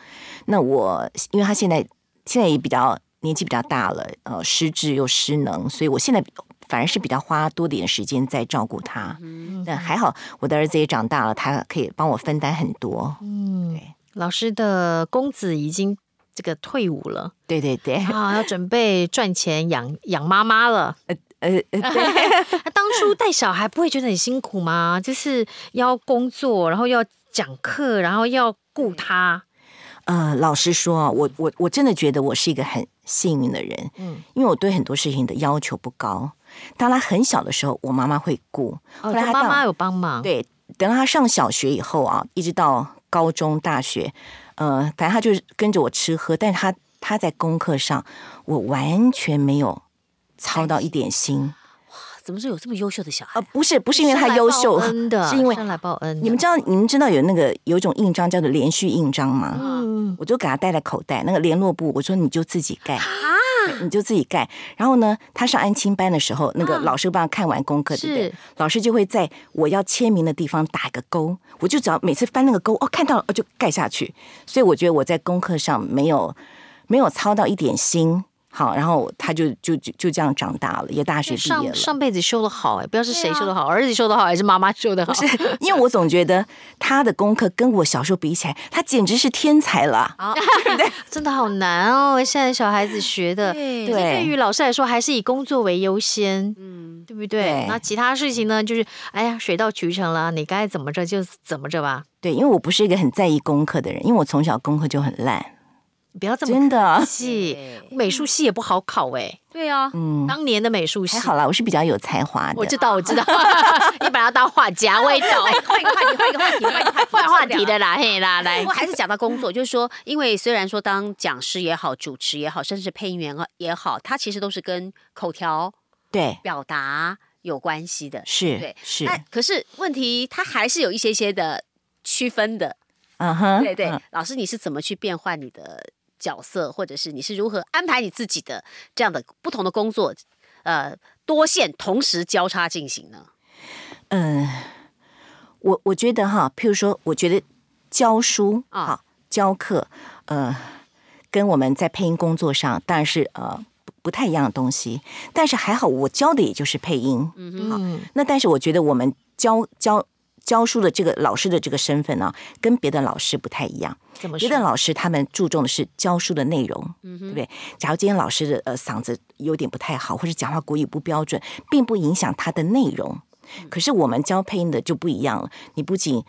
S3: 那我因为她现在现在也比较年纪比较大了，呃，失智又失能，所以我现在反而是比较花多点时间在照顾她。
S1: 嗯
S4: 嗯
S3: 那还好，我的儿子也长大了，他可以帮我分担很多。
S4: 嗯
S3: 对，
S4: 老师的公子已经这个退伍了。
S3: 对对对，
S4: 啊，要准备赚钱养养妈妈了。
S3: 呃，呃
S4: *laughs*
S3: 对
S4: 那当初带小孩不会觉得很辛苦吗？就是要工作，然后要讲课，然后要顾
S3: 嗯
S4: 他。
S3: 呃，老实说啊，我我我真的觉得我是一个很幸运的人，
S4: 嗯，
S3: 因为我对很多事情的要求不高。当他很小的时候，我妈妈会顾，
S4: 哦，
S3: 后来
S4: 就
S3: 他
S4: 妈
S3: 到
S4: 妈有帮忙。，
S3: 对，等到他上小学以后啊，一直到高中、大学，呃，反正他就是跟着我吃喝，但是他他在功课上，我完全没有操到一点心。
S1: 怎么是有这么优秀的小孩
S3: 呃，？不是，不是因为他优秀，
S4: 恩的，
S3: 是因为
S4: 生来报恩的。
S3: 你们知道，你们知道有那个有一种印章叫做连续印章吗？
S4: 嗯，
S3: 我就给他带在口袋，那个联络簿，我说你就自己盖，你就自己盖。然后呢，他上安亲班的时候，那个老师帮他看完功课，对不对
S4: 嗯是？
S3: 老师就会在我要签名的地方打一个勾，我就只要每次翻那个勾，哦，看到了，哦，就盖下去。所以我觉得我在功课上没有没有操到一点心。好，然后他就就就就这样长大了，也大学毕业
S4: 上
S3: 了。啊
S4: 上辈子修的好哎，不知道是谁修的好，儿子修的好还是妈妈修的好？是，
S3: *laughs* 因为我总觉得他的功课跟我小时候比起来，他简直是天才了。
S4: *laughs* 真的好难哦。现在小孩子学的，
S1: 对
S4: 可是对于老师来说，还是以工作为优先。
S1: 嗯，
S4: 对不对？
S3: 对
S4: 那其他事情呢？就是哎呀，水到渠成了，你该怎么着就怎么着吧，
S3: 对，因为我不是一个很在意功课的人，因为我从小功课就很烂，
S4: 不要这么
S3: 真的。
S4: 细。
S1: 对
S4: 美术系也不好考哎、
S1: 对啊，
S3: 嗯，
S4: 当年的美术系
S3: 还，好啦，我是比较有才华的。
S4: 我知道，我知道， *laughs* 你把它当画家，我也懂。
S1: *laughs* 换一哦个话题，换一个话题， *laughs* 换一个话题，
S4: 换话
S1: 受不
S4: 题
S1: 了了
S4: 的啦，嘿啦，
S1: 不
S3: 哎
S4: 来
S1: 过，还是讲到工作，就是说，因为虽然说当讲师也好、主持也好，甚至配音员啊也好，它其实都是跟口条、
S3: 对，
S1: 表达有关系的。
S3: 是
S1: 对
S3: 是，
S1: 那可是问题，它还是有一些些的区分的。
S3: 嗯哼，
S1: 对对
S3: 嗯，
S1: 老师，你是怎么去变换你的角色，或者是你是如何安排你自己的这样的不同的工作，呃，多线同时交叉进行呢？
S3: 嗯，我我觉得哈，譬如说，我觉得教书
S1: 啊
S3: 好教课，呃，跟我们在配音工作上当然是呃不不太一样的东西，但是还好，我教的也就是配音。
S4: 嗯，
S3: 那但是我觉得我们教教教书的这个老师的这个身份呢、跟别的老师不太一样。
S4: 怎么嗯
S3: 别
S4: 说
S3: 的？老师他们注重的是教书的内容，对不对？假如今天老师的呃嗓子有点不太好，或者讲话国语不标准，并不影响他的内容。
S4: 嗯
S3: 可是我们教配音的就不一样了，你不仅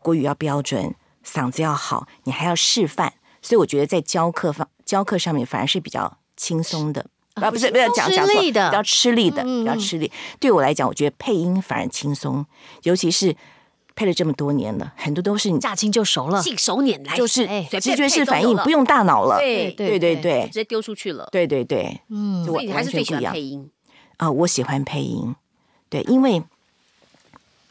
S3: 国语要标准，嗓子要好，你还要示范。所以我觉得在教课方教课上面反而是比较轻松的。啊，不是，不要讲讲
S4: 吃
S3: 错，
S4: 力
S3: 比
S4: 的
S3: 较吃力的，
S4: 嗯嗯
S3: 比较
S4: 嗯
S3: 吃力。对我来讲，我觉得配音反而轻松，尤其是配了这么多年了，很多都是你
S4: 驾轻就熟了，
S1: 信手拈来，
S3: 嗯就是
S4: 哎
S1: 随便
S3: 直觉
S1: 配
S3: 式
S1: 都
S3: 反
S1: 有
S3: 应，
S1: 了
S3: 不用大脑了。
S1: 对
S4: 对
S3: 对对对
S1: 直接丢出去了。
S3: 对对对，
S4: 嗯
S3: 就
S1: 所以你还
S3: 完
S1: 是最喜
S3: 全不
S1: 欢
S3: 一样
S1: 配音，
S3: 啊！我喜欢配音，对，因为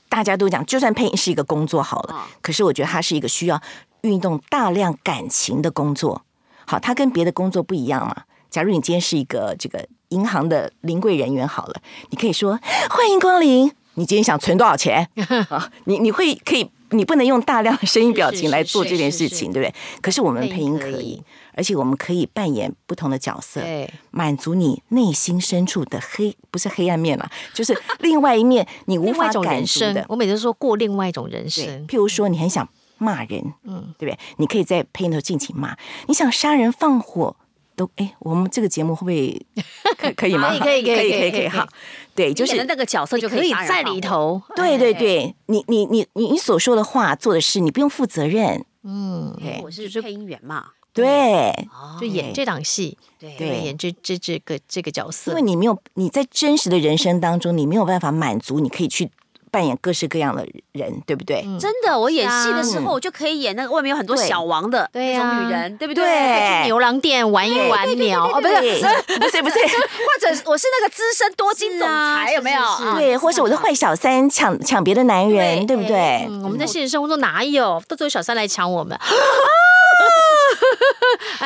S3: 大家都讲，就算配音是一个工作好
S4: 嗯
S3: 了，
S1: 啊
S3: 可是我觉得它是一个需要运动大量感情的工作。好，它跟别的工作不一样嘛。假如你今天是一个这个银行的临柜人员好了，你可以说欢迎光临，你今天想存多少
S4: *laughs*
S3: 钱？啊，你你会可以，你不能用大量的声音表
S4: 是
S3: 情来
S4: 是
S3: 做
S4: 是
S3: 这件
S4: 是
S3: 事
S4: 是
S3: 情，对不对？可是我们
S4: 配
S3: 配
S4: 音
S3: 音
S4: 可
S3: 可
S4: 以
S3: 以，而且我们可以扮演不同的角色。
S4: 对，
S3: 满足你内心深处的黑，不是黑暗面啦，就是另外一面你无
S4: 另外
S3: 法
S4: 一种
S3: 感
S4: 人
S3: 受
S4: 生
S3: 的。。
S4: 我每次说过另外一种人
S3: 对，
S4: 生，
S3: 譬如说你很想骂人，
S4: 嗯
S3: 嗯，对不对？你可以在配音头尽情骂，你想杀人放火都，哎，我们这个节目会不会
S1: *laughs*
S3: 可可以吗？
S1: 可以可以可以
S3: 可以
S1: 可以可以
S3: 好，对，就
S1: 你演哎
S3: 是
S1: 的那个角色就
S4: 可以
S1: 杀人
S4: 在
S1: 放
S4: 里
S1: 火。
S4: 头，哎
S3: 对对对，你你你你你所说的话、做的事，你不用负责任，
S4: 嗯，
S3: 对
S1: 我是配音员嘛，
S3: 对，
S1: 哦
S4: 就演这档戏，
S1: 对
S3: 哎对
S4: 演这这这个这个角色
S3: 因为，你没有你在真实的人生当中，你没有办法满足，你可以去扮演各式各样的人，对不对？
S1: 真的，我演戏的时
S3: 嗯
S1: 候，我就可以演那个外面有很多
S3: 对
S1: 小王的
S4: 对
S1: 那
S4: 呀
S1: 种女人，对不
S3: 对
S4: 牛郎店玩一玩鸟，哦， *laughs* 不是，
S3: 对，不是不是，
S1: 或者我是那个资深多金总裁，
S4: 是啊
S1: 有没有？
S4: 是是是
S1: 啊
S3: *laughs* 对，或是我的坏小三抢抢别的男人，
S1: 对
S3: 对不对？
S4: 嗯，我们在现实生活中哪有？都只有小三来抢我们。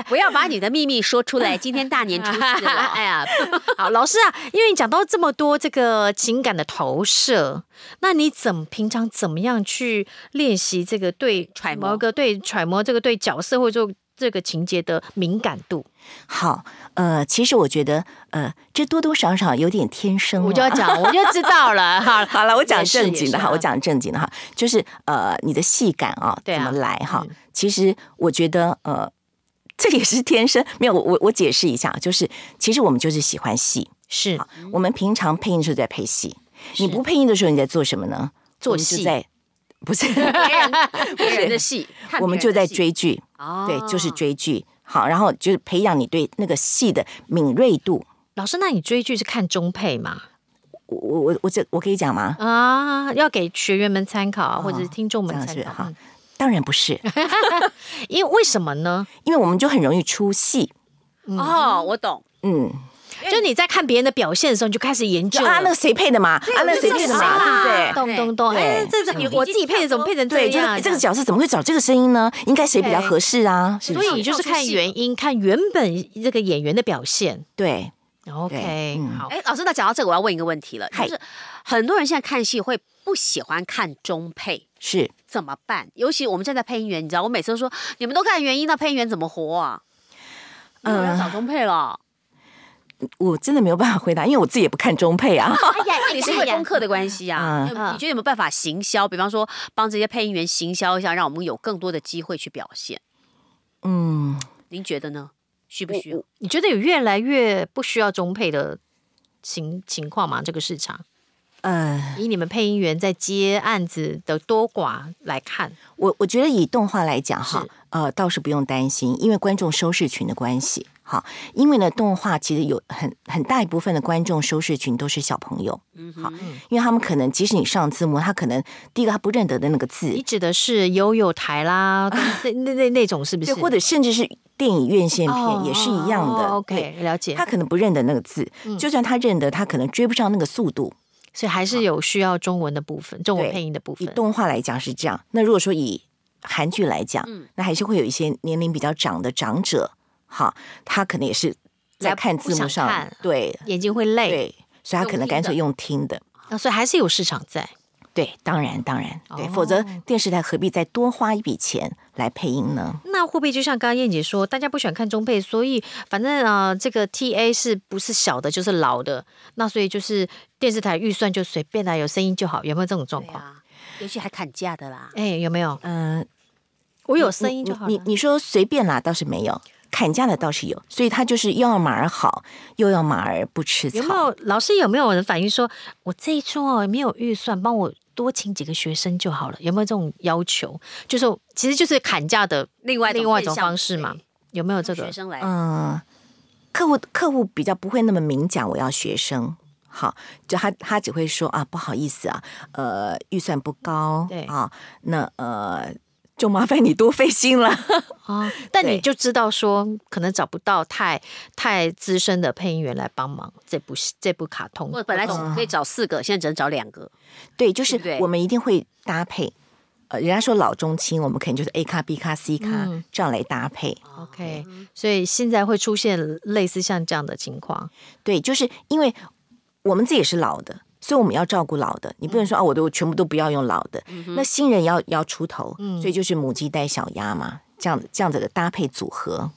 S1: 不要把你的秘密说出来，今天大年初四
S4: *laughs*
S1: 了。
S4: 哎呀，好，老师啊，因为你讲到这么多这个情感的投射，那你怎么平常怎么样去练习这个对
S1: 揣摩
S4: 某个对揣摩这个对角色或者说这个情节的敏感度？
S3: 好，呃，其实我觉得，呃，这多多少少有点天生、
S4: 我就要。讲，我就知道了。哈，
S3: 好了，我讲
S4: 也是
S3: 正经的
S4: 也是
S3: 哈，
S4: 啊
S3: 我讲正经的哈，就是呃，你的戏感啊，
S4: 对
S3: 怎
S4: 啊
S3: 么来哈？其实我觉得，呃，这也是天生。没有，我我我解释一下，啊就是其实我们就是喜欢戏，
S4: *laughs* 是
S3: 我们平常配音的时候在配戏，你不配音的时候你在做什么呢？
S4: 做
S3: 我们就
S4: 戏
S3: 在
S4: *laughs*
S3: 不是，
S1: 别人的戏，看
S3: 我们
S1: 别
S3: 就
S1: 人的
S3: 在
S1: 戏。
S3: 追剧。
S1: 哦
S3: 对，就是追剧。好，然后就是培养你对那个戏的敏锐度。
S4: 老师，那你追剧是看中配吗？
S3: 我我我我这我可以讲吗？
S4: 啊，要给学员们参考啊，
S3: 哦
S4: 或者是听众们
S3: 这样
S4: 参
S3: 是
S4: 考。
S3: 哈
S4: 嗯
S3: 当然不
S4: *laughs*
S3: 是，
S4: 因为为什么呢？
S3: 因为我们就很容易出戏。
S1: 哦，我懂。
S3: 嗯，
S4: 就你在看别人的表现的时候，你就开始研
S3: 就
S4: 究
S3: 啊
S4: 了
S3: 那个谁配的嘛，啊那个谁配的嘛，对不
S4: 咚
S3: 对？
S4: 咚咚，
S3: 对
S4: 哎，这这我自己配的怎么配成这
S3: 对，就
S4: 样？
S3: 是这个角色怎么会找这个声音呢？应该谁比较合适啊？是不
S4: 所以你
S3: 是？
S4: 就是看原因，看原本这个演员的表现。
S3: 对，
S4: OK，
S3: 对嗯
S4: 好，
S1: 哎，老师，那讲到这个，我要问一个问题了，就
S3: 嗨
S1: 是很多人现在看戏会不喜欢看中配。
S3: 是
S1: 怎么办？尤其我们站在配音员，你知道，我每次都说你们都看原因，那配音员怎么活啊？没
S4: 嗯
S1: 有人找中配
S4: *laughs*
S1: 了，
S3: 我真的没有办法回答，因为我自己也不看中配
S4: *laughs*
S3: 啊。
S4: 哎
S1: 那你是因为功课的关系啊
S3: 嗯？
S1: 你觉得有没有办法行销？比方说帮这些配音员行销一下，让我们有更多的机会去表现？
S3: 嗯，
S1: 您觉得呢？需不需要？
S4: 你觉得有越来越不需要中配的情情况吗？这个市场，
S3: 呃。
S4: 以你们配音员在接案子的多寡来看，
S3: 我我觉得以动画来讲哈
S4: 是，
S3: 呃，倒是不用担心，因为观众收视群的关系。好，因为呢，动画其实有很很大一部分的观众收视群都是小朋友，
S1: 嗯
S3: 好
S1: 哼，
S3: 因为他们可能即使你上字幕，他可能第一个他不认得的那个字
S4: 你，指的是悠悠台啦，
S3: *laughs*
S4: 那那那那种是不
S3: 对，
S4: 是？
S3: 或者甚至是电影院线
S4: 哦
S3: 片也是一样的。
S4: 哦
S3: 对，
S4: OK，了解嗯
S3: 他。可能不认得那个字，就算他认得，他可能追不上那个速度。
S4: 所以还是有需要中文的部分，中文
S3: 对
S4: 配音的部
S3: 以
S4: 分。
S3: 动画来讲是这样，那如果说以韩剧来讲，
S1: 嗯
S3: 那还是会有一些年龄比较长的长者，哈，他可能也是在
S4: 来
S3: 看
S4: 不
S3: 字幕
S4: 想
S3: 上，
S4: 看
S3: 对
S4: 眼睛会累，
S3: 对，所以他可能干脆用听的，
S4: 啊，所以还是有市场在。
S3: 对，当然当然，对，
S4: 哦
S3: 否则电视台何必再多花一笔钱来配音呢？
S4: 那会不会就像刚刚燕姐说，大家不喜欢看中配，所以反正啊、呃这个 TA 是不是小的，就是老的，那所以就是电视台预算就随便啦，有声音就好，有没有这种状
S1: 对
S4: 况？
S1: 啊，尤其还砍价的啦。
S4: 哎、有没有？
S3: 嗯、
S4: 我有
S3: 你
S4: 声音就好
S3: 你你
S4: 了。
S3: 你说随便啦，倒是没有。砍价的倒是有，所以他就是又要马儿好，又要马儿不吃草。
S4: 有没有老师有没有人反映说，我这一出哦没有预算，帮我多请几个学生就好了？有没有这种要求？就是其实就是砍价的
S1: 另外
S4: 另外一种
S1: 变相
S4: 方式嘛
S1: 对？
S4: 有没有这
S1: 让
S4: 个
S1: 学？生来
S3: 嗯，客户客户比较不会那么明讲我要学生，好，就他他只会说啊不好意思啊，呃预算不高，
S4: 对
S3: 啊，那呃就麻烦你多费心了。
S4: 啊、但你
S3: 对
S4: 就知道说，可能找不到太太资深的配音员来帮忙这部戏这部卡通。
S1: 我本来只
S4: 嗯
S1: 可以找四个，现在只能找两个。
S3: *laughs* 对，就是
S1: 对不对
S3: 我们一定会搭配。呃，人家说老中青，我们可能就是 A 咖、B 咖、C 咖、
S4: 嗯
S3: 这样来搭配。
S4: OK，所以现在会出现类似像这样的情况。
S3: 对，就是因为我们自己也是老的，所以我们要照顾老的。你不能说、啊，我都全部都不要用老的。那新人也要也要出头，
S4: 嗯
S3: 所以就是母鸡带小鸭嘛，这样这样子的搭配组合。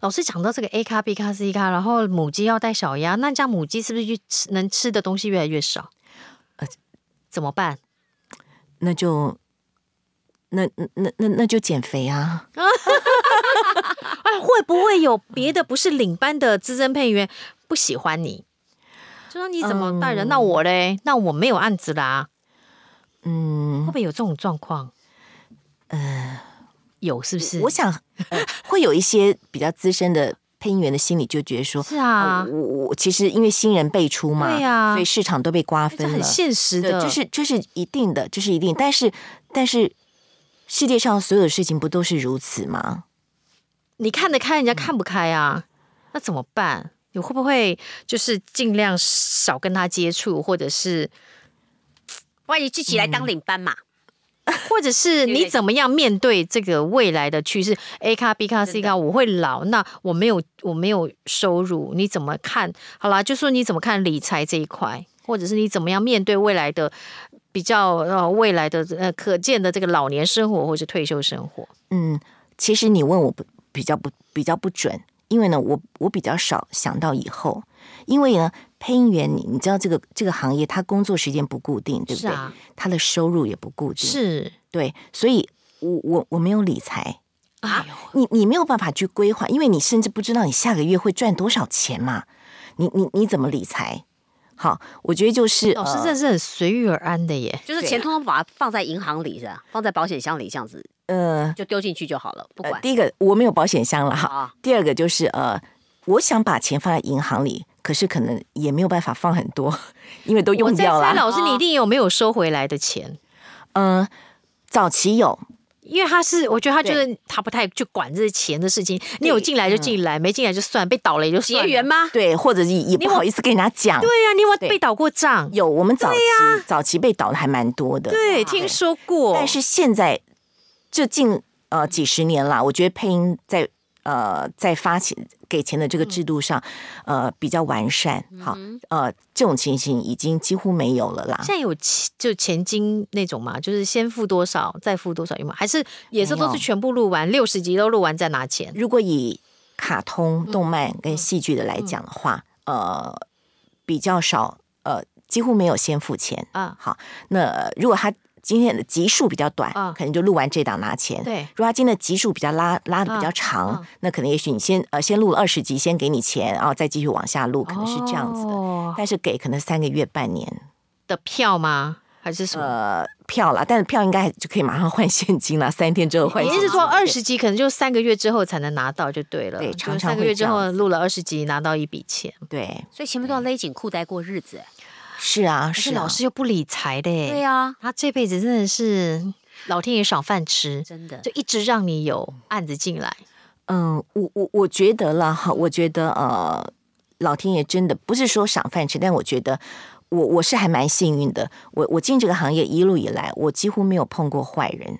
S4: 老师讲到这个 A 咖、B 咖、C 咖，然后母鸡要带小鸭，那这样母鸡是不是就吃能吃的东西呃越来越少？怎么办？
S3: 那就那那那那那就减肥啊！
S4: 哎，会不会有别的不是领班的资深配音员不喜欢你？就说你怎么带人？那我嘞？那我没有案子啦，会
S3: 嗯
S4: 不，会有这种状况？呃，有是不是？
S3: 我想、呃会有一些比较资深的配音员的心里就觉得说，
S4: 是啊
S3: 哦，我我其实因为新人辈出嘛，
S4: 对啊
S3: 所以市场都被瓜
S4: 这
S3: 分
S4: 很
S3: 了，
S4: 现实
S3: 对，
S4: 的，
S3: 这是这是一定的，这是一定。但是但是世界上所有的事情不都是如此吗？
S4: 你看得开，人
S3: 嗯
S4: 家看不开啊，那怎么办？你会不会就是尽量少跟他接触，或者是，
S1: 万一自己来
S4: 嗯
S1: 当领班嘛，
S4: 或者是
S1: 对对
S4: 你怎么样面对这个未来的趋势？A 咖、B 咖、C
S1: 真的
S4: 咖，我会老，那我没有我没有收入，你怎么看？好啦，就说你怎么看理财这一块，或者是你怎么样面对未来的比较呃未来的呃可见的这个老年生活或者退休生活？
S3: 嗯，其实你问我不比较不比较不准，因为呢，我我比较少想到以后，因为呢，配音员你你知道这个这个行业，他工作时间不固定，对不
S4: 是
S3: 对？
S4: 啊，
S3: 他的收入也不固定，
S4: 是
S3: 对，所以我我我没有理财。
S4: 啊，
S3: 你你没有办法去规划，因为你甚至不知道你下个月会赚多少钱嘛。你你你怎么理财？好，我觉得就是
S4: 老师
S3: 呃
S4: 真的是很随遇而安的耶。
S1: 就是
S3: 对
S1: 钱通通把它放在银行里是吧？放在保险箱里这样子
S3: 呃
S1: 就丢进去就好了，不
S3: 呃，
S1: 管
S3: 第一个我没有保险箱了哈。
S1: 啊。
S3: 第二个就是呃，我想把钱放在银行里，可是可能也没有办法放很多，因为都
S4: 我
S3: 用
S4: 在
S3: 掉
S4: 猜
S3: 了。
S4: 老师，
S1: 啊
S4: 你一定有没有收回来的钱？
S3: 嗯、早期有，
S4: 因为他是，我觉得他就是他不太去管这钱的事情。你有进来就进来，没进来就算，被倒了也就
S1: 嗯
S4: 算
S1: 结
S4: 了。
S1: 缘吗？
S3: 对，或者是也不好意思跟人家讲。
S4: 对呀、你有没有
S3: 对
S4: 被倒过账？
S3: 有，我们早期、早期被倒的还蛮多的。
S4: 对，听说过。
S3: 但是现在这近呃几十年啦，我觉得配音在呃在发钱给钱的这个
S4: 嗯
S3: 制度上，呃比较完善，
S1: 嗯
S3: 好，呃这种情形已经几乎没有了啦。
S4: 现在有钱就钱金那种嘛，就是先付多少，再付多少，有吗？还是也是
S3: 没有
S4: 都是全部录完，六十集都录完再拿钱？
S3: 如果以卡通、
S4: 嗯
S3: 动漫跟戏剧的来讲的话，呃比较少，呃几乎没有先付钱
S4: 啊
S3: 好，那呃如果他今天的集数比较短，
S4: 啊
S3: 可能就录完这档拿钱。
S4: 对，
S3: 如果他今天的集数比较拉拉的比较
S4: 啊
S3: 长，
S4: 啊
S3: 那可能也许你先呃先录了二十集，先给你钱，然后再继续往下录，可能是这样子的。
S4: 哦
S3: 但是给可能三个月、半年，
S4: 的票吗？还是什么？
S3: 呃，票啦，但是票应该就可以马上换现金啦，三天之后换
S4: 也
S3: 现
S4: 就
S3: 金。
S4: 是说，二
S3: 呃对
S4: 十集可能就三个月之后才能拿到，就对了。
S3: 对
S4: 就是
S3: 常常
S4: 三个
S3: 会
S4: 月之
S3: 这样
S4: 后
S3: 子
S4: 录了二十集，拿到一笔钱。
S3: 对，
S1: 所以前面都要勒紧裤带过日子。
S3: 是啊，
S4: 可是
S3: 是啊
S4: 老师又不理财的耶，
S1: 对啊，
S4: 他这辈子真的是老天爷赏饭吃，
S1: 真的
S4: 就一直让你有案子进来。
S3: 嗯，我我我觉得啦哈，我觉得呃，老天爷真的不是说赏饭吃，但我觉得我我是还蛮幸运的。我我进这个行业一路以来，我几乎没有碰过坏人，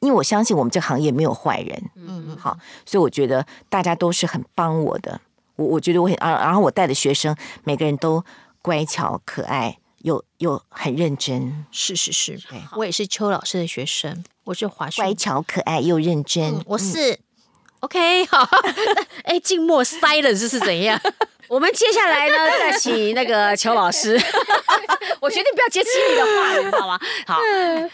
S3: 因为我相信我们这行业没有坏人。
S4: 嗯嗯，
S3: 好，所以我觉得大家都是很帮我的。我我觉得我很，啊然后我带的学生每个人都乖巧可爱，又又很认真，
S4: 是是是
S3: 对，
S4: 我也是邱老师的学生，我是华硕
S3: 乖，巧可爱又认真。
S4: 嗯我是。OK，好， *laughs* 哎，静默 silence 是怎样？
S1: *laughs* 我们接下来呢，再请那个邱老师。 *laughs* 我决定不要接亲你的话了，你知道吗？好，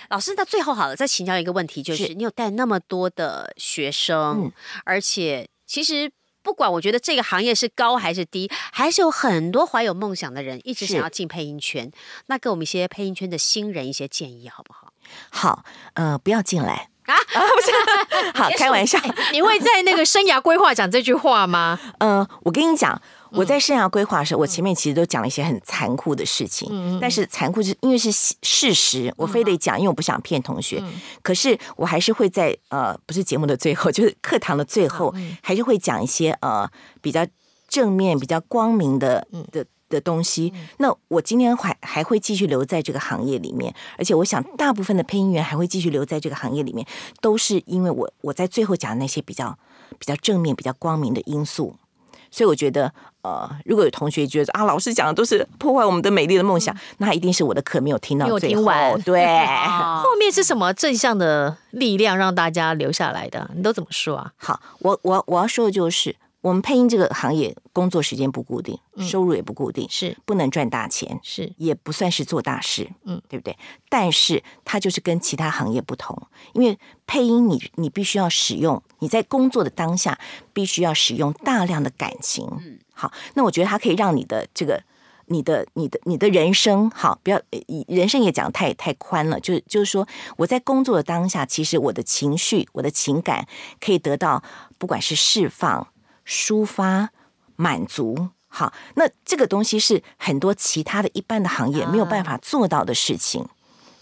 S1: 老师，那最后好了，再请教一个问题，嗯就是你有带那么多的学生，而且其实。不管我觉得这个行业是高还是低，还是有很多怀有梦想的人一直
S3: 是
S1: 想要进配音圈。那给我们一些配音圈的新人一些建议好不好？
S3: 好，呃，不要进来
S1: 啊
S3: 啊，不是， *laughs* 好，开玩笑。
S4: 你会在那个生涯规划讲这句话吗？
S3: 呃，我跟你讲，我在生涯规划的时候，我前面其实都讲了一些很残酷的事情，但是残酷是因为是事事实，我非得讲，因为我不想骗同学。可是我还是会在呃，不是节目的最后， *laughs* 就是课堂嗯的最后，还是会讲一些呃比较正面、比较光明的的。的东西，那我今天还还会继续留在这个行业里面，而且我想大部分的配音员还会继续留在这个行业里面，都是因为我我在最后讲的那些比较比较正面、比较光明的因素，所以我觉得，呃，如果有同学觉得啊，老师讲的都是破坏我们的美丽的梦想，那他一定是我的课没有听到
S4: 嗯没有
S3: 最
S4: 听
S3: 后
S4: 完 *laughs*
S3: 对，
S1: 啊，
S4: 后面是什么正向的力量让大家留下来的？你都怎么说啊？
S3: 好，我我我要说的就是，我们配音这个行业工作时间不固定，
S4: 嗯
S3: 收入也不固定，
S4: 是
S3: 不能赚大钱，
S4: 是，
S3: 也不算是做大事，
S4: 嗯
S3: 嗯，对不对？但是它就是跟其他行业不同，因为配音你你必须要使用，你在工作的当下必须要使用大量的感情，嗯，好，那我觉得它可以让你的这个。你的、你的、你的人生，好，不要呃人生也讲太太宽了，就是就是说，我在工作的当下，其实我的情绪、我的情感可以得到，不管是释放、抒发、满足。好，那这个东西是很多其他的一般的行业没有办法做到的事情。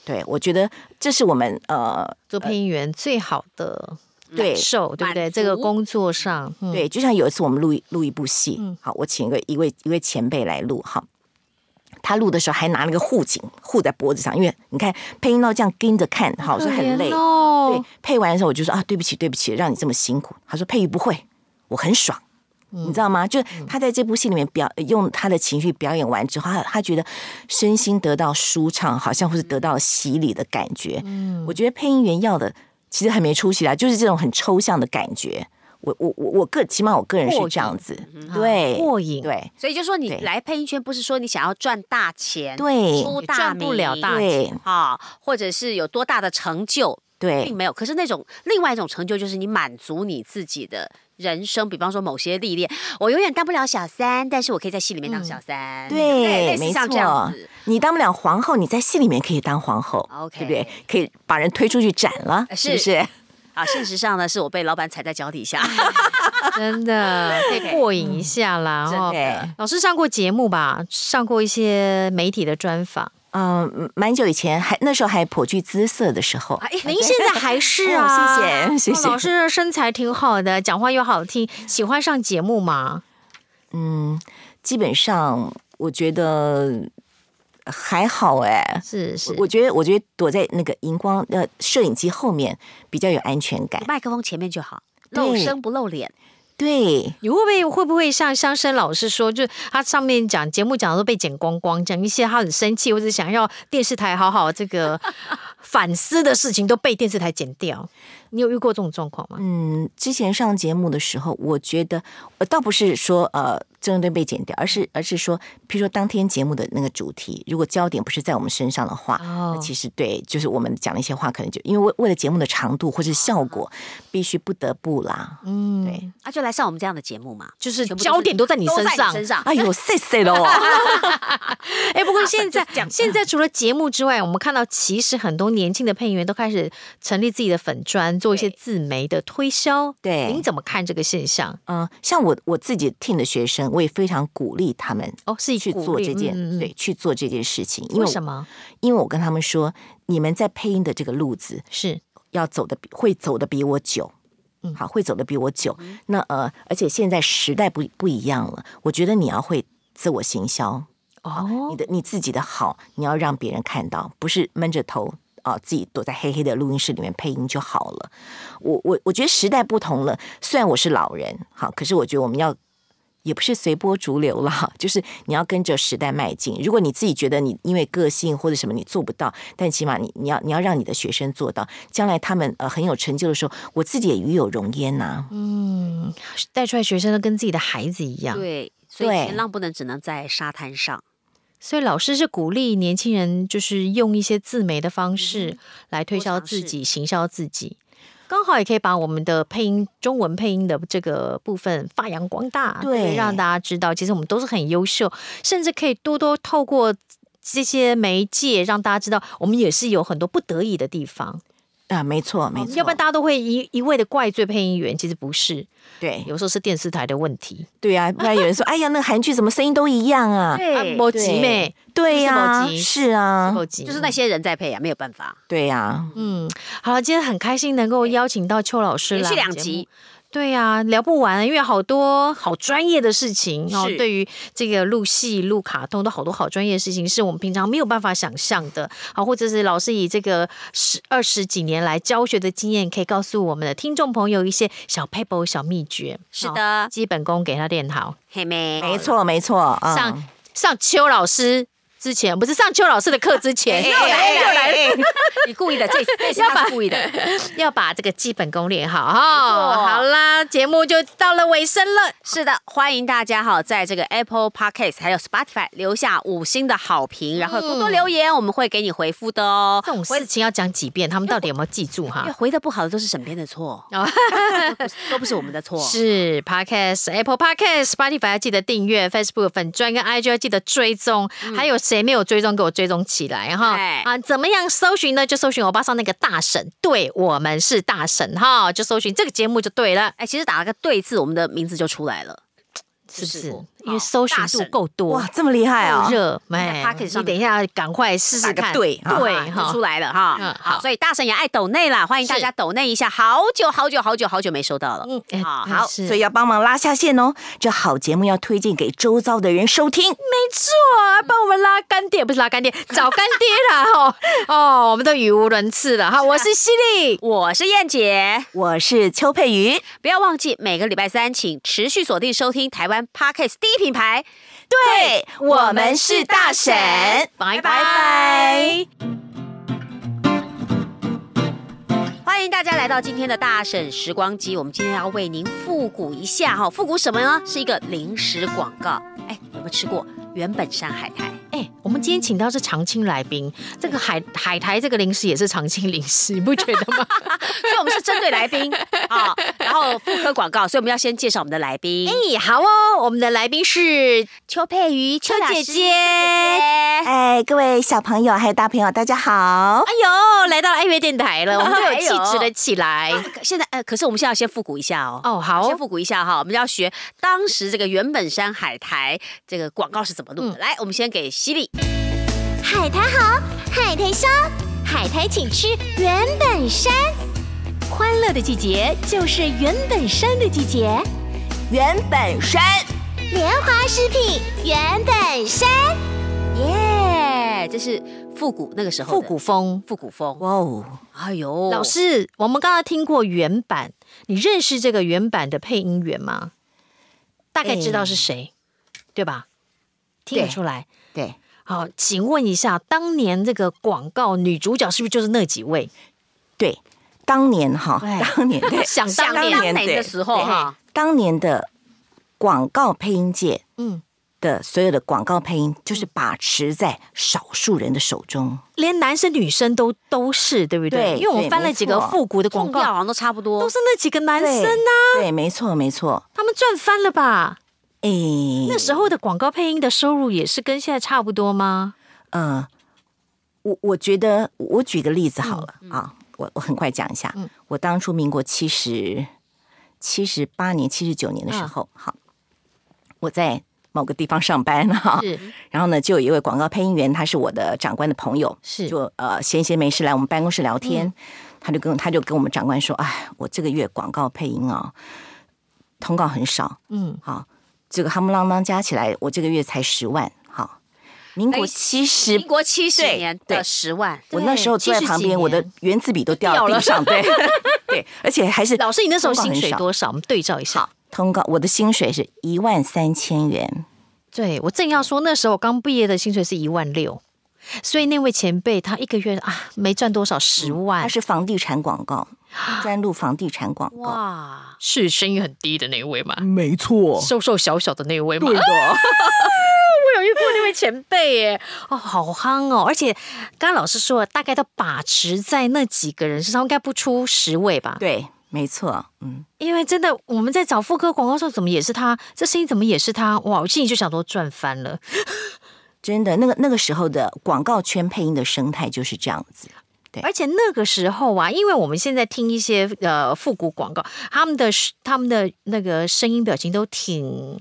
S3: 对，我觉得这是我们呃，
S4: 做配音员最好的
S3: 对
S4: 感受，对不对？
S1: 满足
S4: 这个工作上，嗯，
S3: 对，就像有一次我们录一录一部戏，好，我请一个一位一位前辈来录，好，他录的时候还拿了个护颈护在脖子上，因为你看配音到这样盯着看，好，我说很累，
S4: 可怜哦
S3: 对，配完的时候我就说啊，对不起，对不起，让你这么辛苦。他说佩玉不会，我很爽。
S4: 嗯
S3: 你知道吗？就他在这部戏里面表用他的情绪表演完之后，他他觉得身心得到舒畅，好像或是得到洗礼的感觉。嗯，我觉得配音员要的其实很没出息啦，就是这种很抽象的感觉。我我我我个起码我个人是这样子，
S4: 嗯
S3: 对，
S4: 啊过瘾
S3: 对
S1: 所以就说你
S3: 对
S1: 来配音圈，不是说你想要赚大钱，
S3: 对
S1: 出
S4: 也
S1: 大
S4: 赚
S1: 名
S4: 不了大
S3: 对
S1: 啊，或者是有多大的成就，并
S3: 对
S1: 没有。可是那种另外一种成就，就是你满足你自己的人生，比方说某些历练，我永远当不了小三，但是我可以在戏里面当
S4: 嗯
S1: 小三，
S3: 对，
S1: 类似
S3: 没
S1: 像这样
S3: 错
S1: 子。。
S3: 你当不了皇后，你在戏里面可以当皇后
S1: OK
S3: 对不对？可以把人推出去斩了，
S4: 呃
S3: 是不
S1: 是
S3: 是？
S1: 啊，现实上呢，是我被老板踩在脚底下。
S4: 嗯真的可以过瘾一下啦。
S1: 真
S4: 哦
S3: 嗯的，
S4: 老师上过节目吧？上过一些媒体的专访。
S3: 嗯，蛮久以前，还那时候还颇具姿色的时候，
S1: *laughs* 哎，
S4: 您现
S1: *laughs*
S4: 在还是啊？
S3: 哦
S4: *laughs*
S3: 谢谢谢谢
S4: 哦老师身材挺好的，讲话又好听，喜欢上节目吗？
S3: 嗯，基本上我觉得还好哎、
S4: 是是
S3: 我，我觉得，我觉得躲在那个荧光呃摄影机后面比较有安全感。
S1: 麦克风前面就好，
S3: 对
S1: 露声不露脸。
S3: 对，
S4: 你会不会会不会像香生老师说，就是他上面讲节目讲都被剪光光，讲一些他很生气或者想要电视台好好这个反思的事情都被电视台剪掉？你有遇过这种状况吗？
S3: 嗯，之前上节目的时候，我觉得我倒不是说呃真的被剪掉，而是而是说，譬如说当天节目的那个主题，如果焦点不是在我们身上的话，
S4: 哦
S3: 那其实对，就是我们讲的一些话，可能就因为为为了节目的长度或是效
S4: 啊
S3: 果，必须不得不啦。
S4: 嗯，
S3: 对，
S1: 啊，就来上我们这样的节目嘛，
S4: 就是
S1: 全部
S4: 焦点都在你
S1: 都
S4: 身
S1: 在
S4: 上
S1: 身上。
S3: 哎呦，谢
S4: *laughs*
S3: 谢喽！
S4: 哎、不过现在
S1: 就是这样
S4: 现在除了节目之外，我们看到其实很多年轻的配音员都开始成立自己的粉砖，做一些
S1: 对
S4: 自媒的推销。
S3: 对
S4: 您怎么看这个现象？
S3: 嗯、像我我自己 team 的学生，我也非常鼓励他们
S4: 哦，是一
S3: 去
S4: 鼓
S3: 做
S4: 励
S3: 这件，
S4: 嗯嗯嗯
S3: 对，去做这件事情。因
S4: 为
S3: 为
S4: 什？么？
S3: 因为我跟他们说，你们在配音的这个路子
S4: 是
S3: 要走的会走的比我久。
S4: 嗯
S3: 好，会走的比我久。那呃，而且现在时代不不一样了，我觉得你要会自我行销，
S4: 哦
S3: 你，的你自己的好，你要让别人看到，不是闷着头啊、自己躲在黑黑的录音室里面配音就好了。我我我觉得时代不同了，虽然我是老人，好，可是我觉得我们要。也不是随波逐流啦，就是你要跟着时代迈进。如果你自己觉得你因为个性或者什么你做不到，但起码你你要你要让你的学生做到，将来他们呃很有成就的时候，我自己也与有荣焉呐、
S4: 嗯，带出来学生都跟自己的孩子一样，
S1: 对，所以
S3: 对
S1: 前浪不能只能在沙滩上。
S4: 所以老师是鼓励年轻人就是用一些自媒的方式来推销
S1: 嗯多尝试
S4: 自己、行销自己。刚好也可以把我们的配音中文配音的这个部分发扬光大，
S3: 对
S4: 不让大家知道，其实我们都是很优秀，甚至可以多多透过这些媒介让大家知道，我们也是有很多不得已的地方，
S3: 啊，没错没错，
S4: 哦要不然大家都会一一味的怪罪配音员，其实不是，
S3: 对
S4: 有时候是电视台的问题。
S3: 对啊，不然有人说，哎 *laughs* 呀，那韩剧怎么声音都一样啊？
S4: 啊，
S1: 对
S4: 某
S3: 对
S4: 集妹，
S3: 对
S4: 是
S3: 呀、
S4: 不是
S3: 是啊，
S4: 某集
S1: 就是那些人在配啊，没有办法。
S3: 对呀、
S4: 嗯，好了，今天很开心能够邀请到邱老师
S1: 连
S4: 来
S1: 续
S4: 我们
S1: 两
S4: 节
S1: 集
S4: 目。对呀、聊不完，因为好多 *laughs* 好专业的事情哦。
S1: 是
S4: 对于这个录戏、录卡通，都好多好专业的事情，是我们平常没有办法想象的。好，或者是老师以这个十二十几年来教学的经验，可以告诉我们的听众朋友一些小 paper、小秘诀。哦
S1: 是
S4: 好，
S1: 的，
S4: 基本功给他练好。
S1: 黑妹，
S3: 没错没错啊，
S4: 上上邱老师之前，不是上邱老师的课之前，
S3: 又来了，
S1: 你故意的，这这是他故意的。
S4: 要把这个基本功练好哈、好啦，节目就到了尾声了。
S1: *laughs* 是的，欢迎大家哈，在这个 Apple Podcast 还有 Spotify 留下五星的好
S4: 嗯
S1: 评，然后多多留言，我们会给你回复的哦。
S4: 这种事情要讲几遍，他们到底有没有记住
S1: 因为
S4: 哈？
S1: 回的不好的都是沈编的错，
S4: *laughs* 哦
S1: *laughs* 都不是都不是我们的错。
S4: *laughs* 是 Podcast、Apple Podcast、Spotify 要记得订阅，Facebook 粉专跟 IG 要记得追踪，还有谁没有追踪，给我追踪起来哈！
S1: 哎
S4: 啊，怎么样搜寻呢？就搜寻欧巴上那个大神，对我们是大神哈，就搜寻这个节目就对了，
S1: 哎，其实打了个对字，我们的名字就出来了。
S4: 是不
S1: 试
S4: 是
S1: 过？
S4: 因为搜寻
S1: 大
S4: 度
S1: 神
S4: 够多
S3: 哇，。这么厉害啊
S4: 够！热，哎
S1: 在 Podcast 上
S4: 你等一下，赶快试试
S3: 打个
S4: 看。
S3: 对啊
S4: 对
S1: 就
S4: 哈
S1: 出，来了哈。
S4: 嗯好
S1: 好，所以大神也爱抖内啦，欢迎大家抖内一下。好久好久好久好久没收到了，啊
S4: 嗯，哎
S1: 好
S4: 好，所
S3: 所以要帮忙拉下线哦，这好节目要推荐给周遭的人收听。
S4: 哇，啊帮我们拉干爹，不是拉干爹，找干爹啦！哦哦，我们都语无伦次了哈。我是啊犀利，
S1: 我是燕姐，
S3: 我是邱佩瑜，
S1: 不要忘记每个礼拜三请持续锁定收听台湾 Podcast 第一品牌。
S3: 对我们是大神，
S4: 拜拜
S3: 拜拜。
S1: 欢迎大家来到今天的大婶时光机，我们今天要为您复古一下哈，复古什么呢？是一个零食广告。哎，有没有吃过原本山海苔？
S4: 哎，我们今天请到是常青来宾，这个海海苔这个零食也是常青零食，你不觉得 *laughs* 吗？
S1: 所以我们是针对来 *laughs* 宾啊、然后妇科广告，所以我们要先介绍我们的来宾，
S4: 哎，好哦，我们的来宾是
S1: 邱佩瑜、邱
S4: 姐
S1: 姐姐。
S3: 哎，各位小朋友还有大朋友，大家好。
S4: 哎呦，来到了爱乐电台了，我们都有
S1: 哎呦
S4: 气质了起来。
S1: 可现在呃，可是我们现在要先复古一下哦。
S4: *laughs* 哦，好
S1: 先
S4: 哦，
S1: 复古一下哈，我们要学当时这个原本山海苔这个广告是怎么录的。来，我们先给犀利，
S5: 海苔好，海苔香，海苔请吃原本山。欢乐的季节就是原本山的季节，
S3: 原本山，
S5: 莲花食品原本山。
S1: 耶、哎这是复古那个时候
S4: 复
S1: 的
S4: 古风。
S1: 复古风。
S3: 哇哦，
S1: 哎呦，
S4: 老师，我们刚刚听过原版，你认识这个原版的配音员吗？大概知道是谁，对吧？听得
S3: 对
S4: 出来。
S3: 哎对，
S4: 好，请问一下，当年这个广告女主角是不是就是那几位？
S3: 对，当年哈
S4: 哎，
S3: 当年对，
S4: 想
S1: 想
S4: 当
S1: 当
S4: 年，
S1: 年的时候哈，
S3: 当年的广告配音界
S4: 嗯，
S3: 的所有的广告配音，就是把持在少数人的手中。
S4: 连男生女生都都是，对不对？
S3: 对
S4: 因为我们
S3: 对
S4: 翻了
S3: 没
S4: 几个
S3: 错
S4: 复古的广
S1: 广告
S4: 告，
S1: 好像都差不多，
S4: 都是那几个男生啊，
S3: 对，没错，没错。
S4: 他们赚翻了吧？
S3: 哎，
S4: 那时候的广告配音的收入也是跟现在差不多吗？
S3: 呃，我我觉得，我举个例子好了、
S4: 嗯
S3: 啊，我我很快讲一下。我当初民国七十七十八年、七十九年的时候，
S4: 嗯
S3: 好，我在某个地方上班哈，
S4: 是
S3: 然后呢，就有一位广告配音员，他是我的长官的朋友，
S4: 是嗯
S3: 就呃闲闲没事来我们办公室聊天，他就跟他就跟我们长官说，哎，我这个月广告配音啊、通告很少，
S4: 嗯，
S3: 好，这个夯不啷当加起来，我这个月才十万，好，民国
S1: 哎
S3: 七十
S1: 民国七十
S3: 对
S1: 年
S3: 对
S1: 的十万，
S3: 我那时候坐在旁边，我的圆珠笔都掉到地上，对 *laughs* 对，而且还是
S4: 老师，你那时候
S3: 通告
S4: 薪
S3: 很
S4: 水
S3: 少
S4: 多少？我们对照一下。
S3: 通告，我的薪水是一万三千元，
S4: 对我正要说，那时候刚毕业的薪水是一万六，所以那位前辈他一个月啊没赚多少，十万，
S3: 它是房地产广告，专录房地产广告，
S1: 哇，
S4: 是声音很低的那一位嘛，
S3: 没错，
S4: 瘦瘦小小的那一位 *laughs* 嘛。我
S3: 的，
S4: 有遇过哎那位前辈耶，哦，好夯哦！而且刚刚老师说，大概都把持在那几个人身上，应该不出十位吧？
S3: 对，没错，嗯，
S4: 因为真的我们在找妇科广告的时候，怎么也是他，这声音怎么也是他，哇！我心里就想说赚翻了。
S3: 真的，那个那个时候的广告圈配音的生态就是这样子，
S4: 而且那个时候啊，因为我们现在听一些呃复古广告，他们的他们的那个声音表情都挺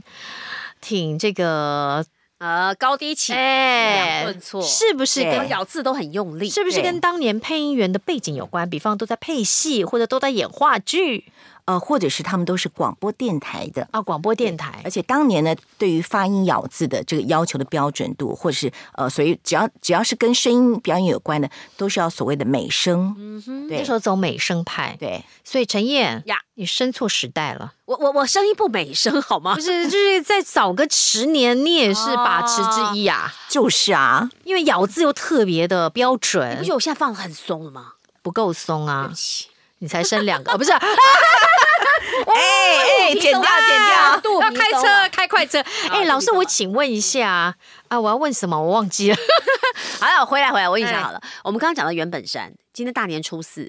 S4: 挺这个，
S1: 呃，高低起伏
S4: 哎
S1: 两顿挫，
S4: 是不是
S3: 对
S1: 然后
S4: 跟
S1: 咬字都很用力，
S4: 是不是
S3: 对
S4: 跟当年配音员的背景有关？比方都在配戏，或者都在演话剧，
S3: 呃，或者是他们都是广播电台的。
S4: 啊，广播电台
S3: 而且当年呢，对于发音咬字的这个要求的标准度，或者是呃，所以只要只要是跟声音表演有关的，都是要所谓的美声。嗯哼，对
S4: 那时候走美声派，
S3: 对，
S4: 所以陈燕
S1: 呀
S4: 你生错时代
S1: *laughs*
S4: 了。
S1: 我我我声音不美声好吗 *laughs*
S4: 不？是，就是再早个十年，你也是把持之一啊。
S3: 就是啊，
S4: 因为咬字又特别的标准，
S1: 你不觉得我现在放的很松了吗？
S4: 不够松啊
S1: 对不，起，
S4: 你才生两个，
S3: *laughs*
S4: 哦、不是、哦啊，
S3: 哎哎，剪掉哦剪掉，
S4: 啊要开车开快车。哎、
S1: 对
S4: 老
S1: 不
S4: 师，
S3: 啊
S1: 起
S4: 我请问一下啊，我要问什么？我忘
S3: *laughs*
S4: 记了。
S1: 好了，我回来回来，我印象好了。我们刚刚讲到袁本山，今天大年初四，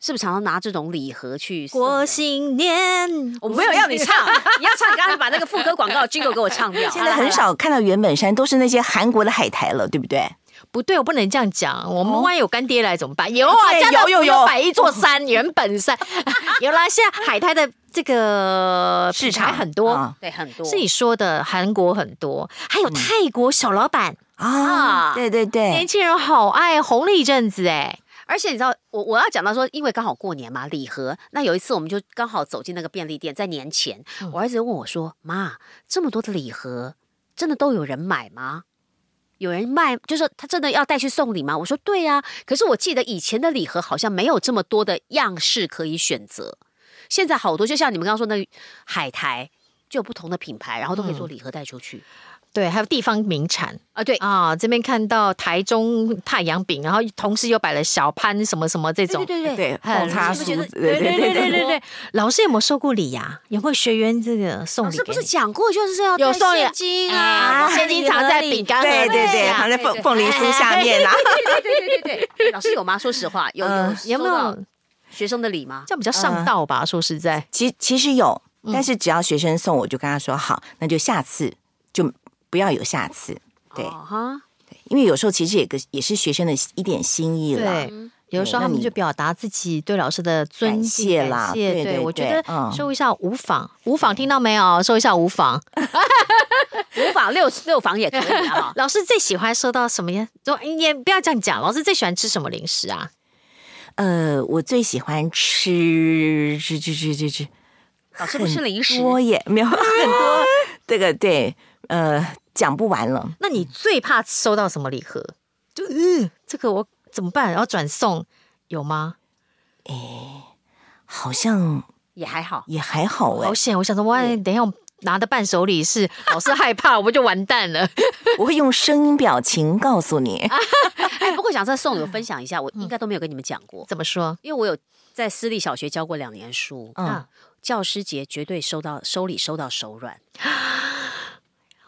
S1: 是不是常常拿这种礼盒去送人？
S4: 过新年，
S1: 我没有要你 *laughs* 唱，你要唱，你刚才把那个副歌广告 jingle 给我唱 *laughs* 掉。
S3: 现在很少看到原本山，都是那些韩国的海苔了，对不对？
S4: *laughs* 不对，我不能这样讲。我们
S3: 哦
S4: 万一有干爹来怎么办？有啊，
S3: 对
S4: 家乐福
S3: 有有有
S4: 摆一座山， *laughs* 原本山有啦。现在海苔的这个
S3: 市
S4: 品牌
S3: 场
S4: 很多，
S3: 啊嗯
S1: 对，很多
S4: 是你说的韩国很多，还有泰国小老板，
S3: 啊，
S1: 啊
S3: 对对
S4: 年
S3: 对，
S4: 轻人好爱红了一阵子哎。
S1: 而且你知道，我我要讲到说，因为刚好过年嘛，礼盒。那有一次，我们就刚好走进那个便利店，在年前，我儿子问我说：“妈，这么多的礼盒，真的都有人买吗？有人卖，就是说他真的要带去送礼吗？”我说：“对呀、可是我记得以前的礼盒好像没有这么多的样式可以选择，现在好多，就像你们刚刚说那个海苔，就有不同的品牌，然后都可以做礼盒带出去、
S4: 对，还有地方名产
S1: 嗯啊。对，
S4: 啊，这边看到台中太阳饼，然后同时又摆了小潘什么什么这种，
S1: 对对
S3: 对，
S4: 很
S3: 碰擦
S1: 是
S3: 酥，
S1: 不是觉
S3: 对
S1: 得
S4: 对
S3: 对对对
S4: 对
S3: 对
S4: 对对。老师有没有收过礼呀、有没有学员这个送
S1: 老
S4: 礼
S1: 师
S4: 给
S1: 不
S4: 你？啊
S1: 是讲过，就是要
S4: 有
S1: 带
S4: 送礼
S1: 现金啊，
S4: 现金藏在饼干盒
S3: 对
S4: 里
S3: 对对，
S4: 啊
S3: 藏在
S1: 对
S3: 凤
S1: 对
S3: 凤梨酥下面啦。
S1: 对对对对对，哎老师有吗？说实话，有有
S3: 嗯
S1: 有
S4: 有没有
S1: 学生的礼吗？
S4: 这样比较上道吧？说实在，
S3: 其其实有，但是只要学生送，我就跟他说好，那就下次就不要有下次。对，
S1: 哦哈，
S3: 因为有时候其实也个也是学生的一点心意啦。
S4: 对。有的时候
S3: 对那
S4: 他们
S3: 你
S4: 就表达自己对老师的尊
S3: 感
S4: 敬、
S3: 谢
S4: 感
S3: 啦
S4: 谢
S3: 对对
S4: 我觉
S3: 对
S4: 得
S3: 嗯
S4: 收一下无妨，无妨，听到没有？收一下无妨。。
S1: 五房六六房也可以的哈 *laughs*
S4: 老师最喜欢收到什么呀？就也不要这样讲，老师最喜欢吃什么零食啊？
S3: 呃，我最喜欢吃吃吃吃吃吃，
S1: 老师不吃零食，
S3: 多耶，没有很多。这个对，呃，讲不完了。
S4: 那你最怕收到什么礼盒？嗯就嗯，这个我怎么办？然后转送有吗？
S3: 好像
S1: 也还好。
S3: 也还好哎、
S4: 好险！我想说，万一等一下我拿的伴手礼是老师害怕，我们就完蛋了。 *laughs*
S3: 我会用声音表情告诉你。
S1: 哎，不过讲这送礼，我分享一下，我应该都没有跟你们讲过，
S4: 怎么说？
S1: 因为我有在私立小学教过两年书，
S3: 嗯，
S1: 教师节绝对收到收礼收到手软。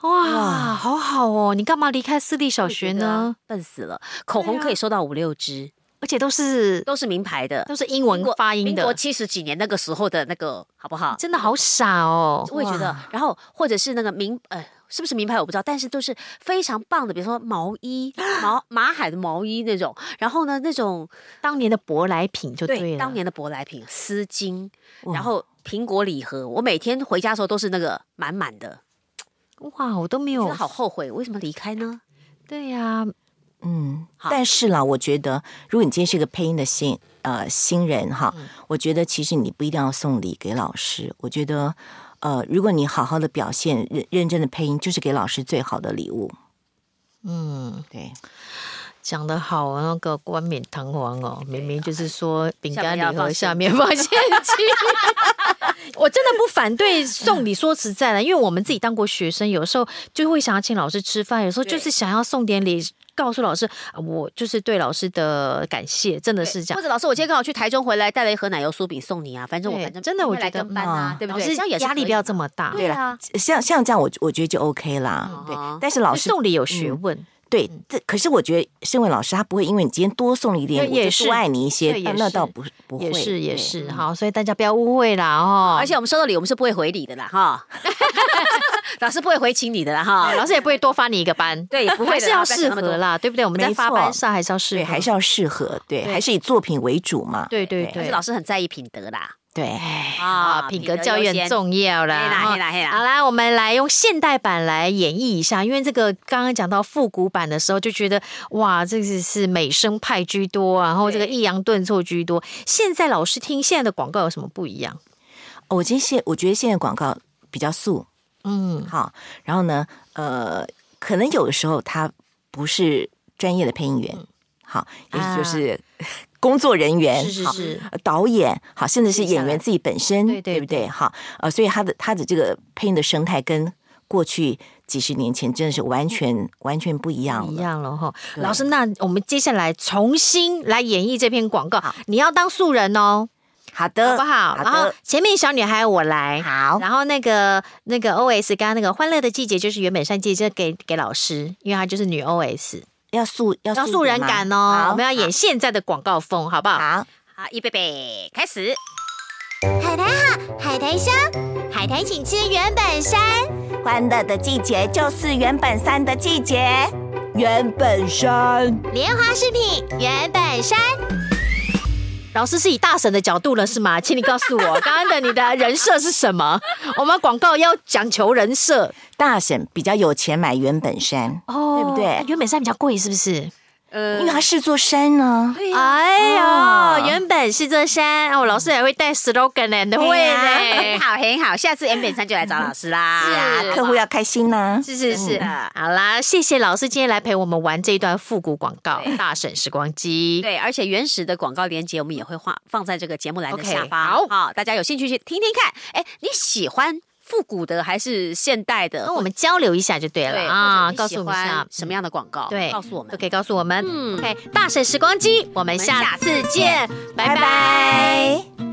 S4: 哇，好好哦！你干嘛离开私立小
S1: 我
S4: 学
S1: 觉得
S4: 呢？？
S1: 笨死了，口红可以收到五六支，
S4: 而且都是
S1: 都是名牌的，
S4: 都是英文发音
S1: 民国
S4: *laughs* 的，
S1: 七十几年那个时候的那个，好不好？
S4: 真的好傻哦！
S1: 我也觉得
S4: 哇，，
S1: 然后或者是那个名呃，是不是名牌我不知道，但是都是非常棒的，比如说毛衣、毛马海的毛衣那种，然后呢那种
S4: 当年的舶来品就呃对了。
S1: 当年的舶来品丝巾，然后苹果礼盒，我每天回家的时候都是那个满满的，
S4: 哇，我都
S1: 真
S4: 没有
S1: 的。好后悔，为什么离开呢？
S4: 对呀、
S3: 嗯，
S1: 好
S3: 但是啦，我觉得如果你今天是个配音的新呃新人哈，
S4: 嗯
S3: 我觉得其实你不一定要送礼给老师，我觉得呃，如果你好好的表现，认认真的配音，就是给老师最好的礼物。嗯，对，
S4: 讲的好那个冠冕堂皇哦，明明就是说饼干礼盒下
S1: 啊下
S4: 面放现金。
S1: *laughs*
S4: 我真的不反对送礼，说实在的，因为我们自己当过学生，有时候就会想要请老师吃饭，有时候就是想要送点礼，告诉老师啊我就是对老师的感谢，真的呃是这
S1: 或
S4: 样。
S1: 者老师，我今天刚好去台中回来，带了一盒奶油酥饼送你啊，反正我
S4: 对
S1: 反正
S4: 真的
S1: 一定
S4: 我
S1: 会
S4: 觉
S1: 来
S4: 得
S1: 跟班啊
S3: 嗯，
S1: 对不
S4: 老
S1: 对？这
S4: 师
S1: 样也是
S4: 压力
S1: 可
S4: 不
S1: 以
S4: 要
S1: 嘛
S4: 这么大，
S1: 对啊，
S3: 像像这样我我觉得就 OK 啦。对
S1: 嗯，
S3: 但是老师
S4: 送礼有学问。
S3: 对，
S4: 嗯
S3: 这可是我觉得身为老师，他不会因为你今天多送一点，
S4: 也
S3: 我
S4: 是
S3: 就多爱你一些
S4: 对，也
S3: 那那
S4: 是
S3: 倒不是不会，
S4: 也是也
S3: 对。
S4: 是好，所以大家不要误会啦哦。
S1: 嗯而且我们收到礼，我们是不会回礼的啦， *laughs* 哈。老师不会回请你的啦，哈。
S4: 啊老师也不会多发你一个班，
S1: 对也不会的
S4: 还是要
S1: 啦不要想
S4: 适
S1: 那么
S4: 合
S1: 多
S4: 啦，对不对？我们在
S3: 没
S4: 发
S3: 错
S4: 班上还是要适合，
S3: 对，还是要适合，对，
S4: 对
S3: 还是以作品为主嘛。
S4: 对对
S1: 而
S4: 对
S1: 且老师很在意品德啦，
S3: 对，
S1: 啊
S4: 啊，品格教育很。重要啦。
S1: 嘿啦
S4: 哈
S1: 嘿啦嘿啦
S4: 好啦，我们来用现代版来演绎一下，因为这个刚刚讲到复古版的时候，就觉得哇，这个是美声派啊居多，然后这个抑扬顿挫居多。现在老师听现在的广告有什么不一样？
S3: 哦我今天现我觉得现在广告比较素，
S4: 嗯，
S3: 好，然后呢，呃，可能有的时候他不是专业的配音员，好，也许
S4: 嗯啊
S3: 就是 *laughs* 工作人员，
S4: 是是
S3: 好
S4: 是
S3: 呃导演，好，甚至是
S4: 接下
S3: 演员
S4: 来
S3: 自己本身，
S4: 对对
S3: 不对？好，呃，所以他的他的这个配音的生态跟过去几十年前真的是完全完全不一样
S4: 嗯一
S3: 了。
S4: 样了哈。
S3: 对
S4: 老师，那我们接下来重新来演绎这篇广告，你要当素人哦，
S3: 好
S4: 好
S3: 的，
S4: 不好？
S3: 好
S4: 然后
S3: 的，
S4: 前面小女孩我来。
S3: 好，
S4: 然后那个那个 O S，刚刚那个欢乐的季节就是原本上季节给给老师，因为她就是女 O S，
S3: 要素要
S4: 要
S3: 一
S4: 素
S3: 点
S4: 人
S3: 吗
S4: 感哦。
S3: 好
S4: 我们要演现在的广告风，好不好？
S3: 好，
S1: 好，预备备，开始。
S5: 海苔好，海苔香，海苔请吃原本山。
S3: 欢乐的季节就是原本山的季节，原本山。
S5: 莲花饰品原本山，
S4: 老师是以大神的角度了，是吗？请你告诉我，刚刚的你的人设是什
S3: *laughs*
S4: 么？我们广告要讲求人设
S3: 大婶比较有钱买原本山，
S4: 哦
S3: 对不对
S4: 原本山比较贵，是不是？
S1: 呃
S3: 因为它是座山呢、
S4: 哎
S3: 哦
S4: 呦，原本是座山哦，老师还会带 slogan 呢，你会
S1: 很
S4: 呢？
S1: 好很好，下次 M 本山就来找老师啦。
S4: 是啊
S3: 客户要开心呐、
S4: 是是是，
S1: 真
S3: 嗯
S1: 的
S4: 好啦，谢谢老师今天来陪我们玩这一段复古广告《大婶时光机》。
S1: 对，而且原始的广告链接我们也会放放在这个节目栏的
S4: OK，
S1: 下方。
S4: 好
S1: 好、大家有兴趣去听听看。哎，你喜欢复古的还是现代的？
S4: 跟我们交流一下就对
S1: 对
S4: 了啊，
S1: 或者
S4: 告
S1: 你喜
S4: 诉我们一下嗯
S1: 欢什么样的广告？
S4: 对，
S1: 告诉我们
S4: 都。可以告诉我们。
S1: 嗯
S4: OK，大婶时光机，我们
S1: 们
S4: 下
S1: 下
S4: 次见，拜拜。
S3: 拜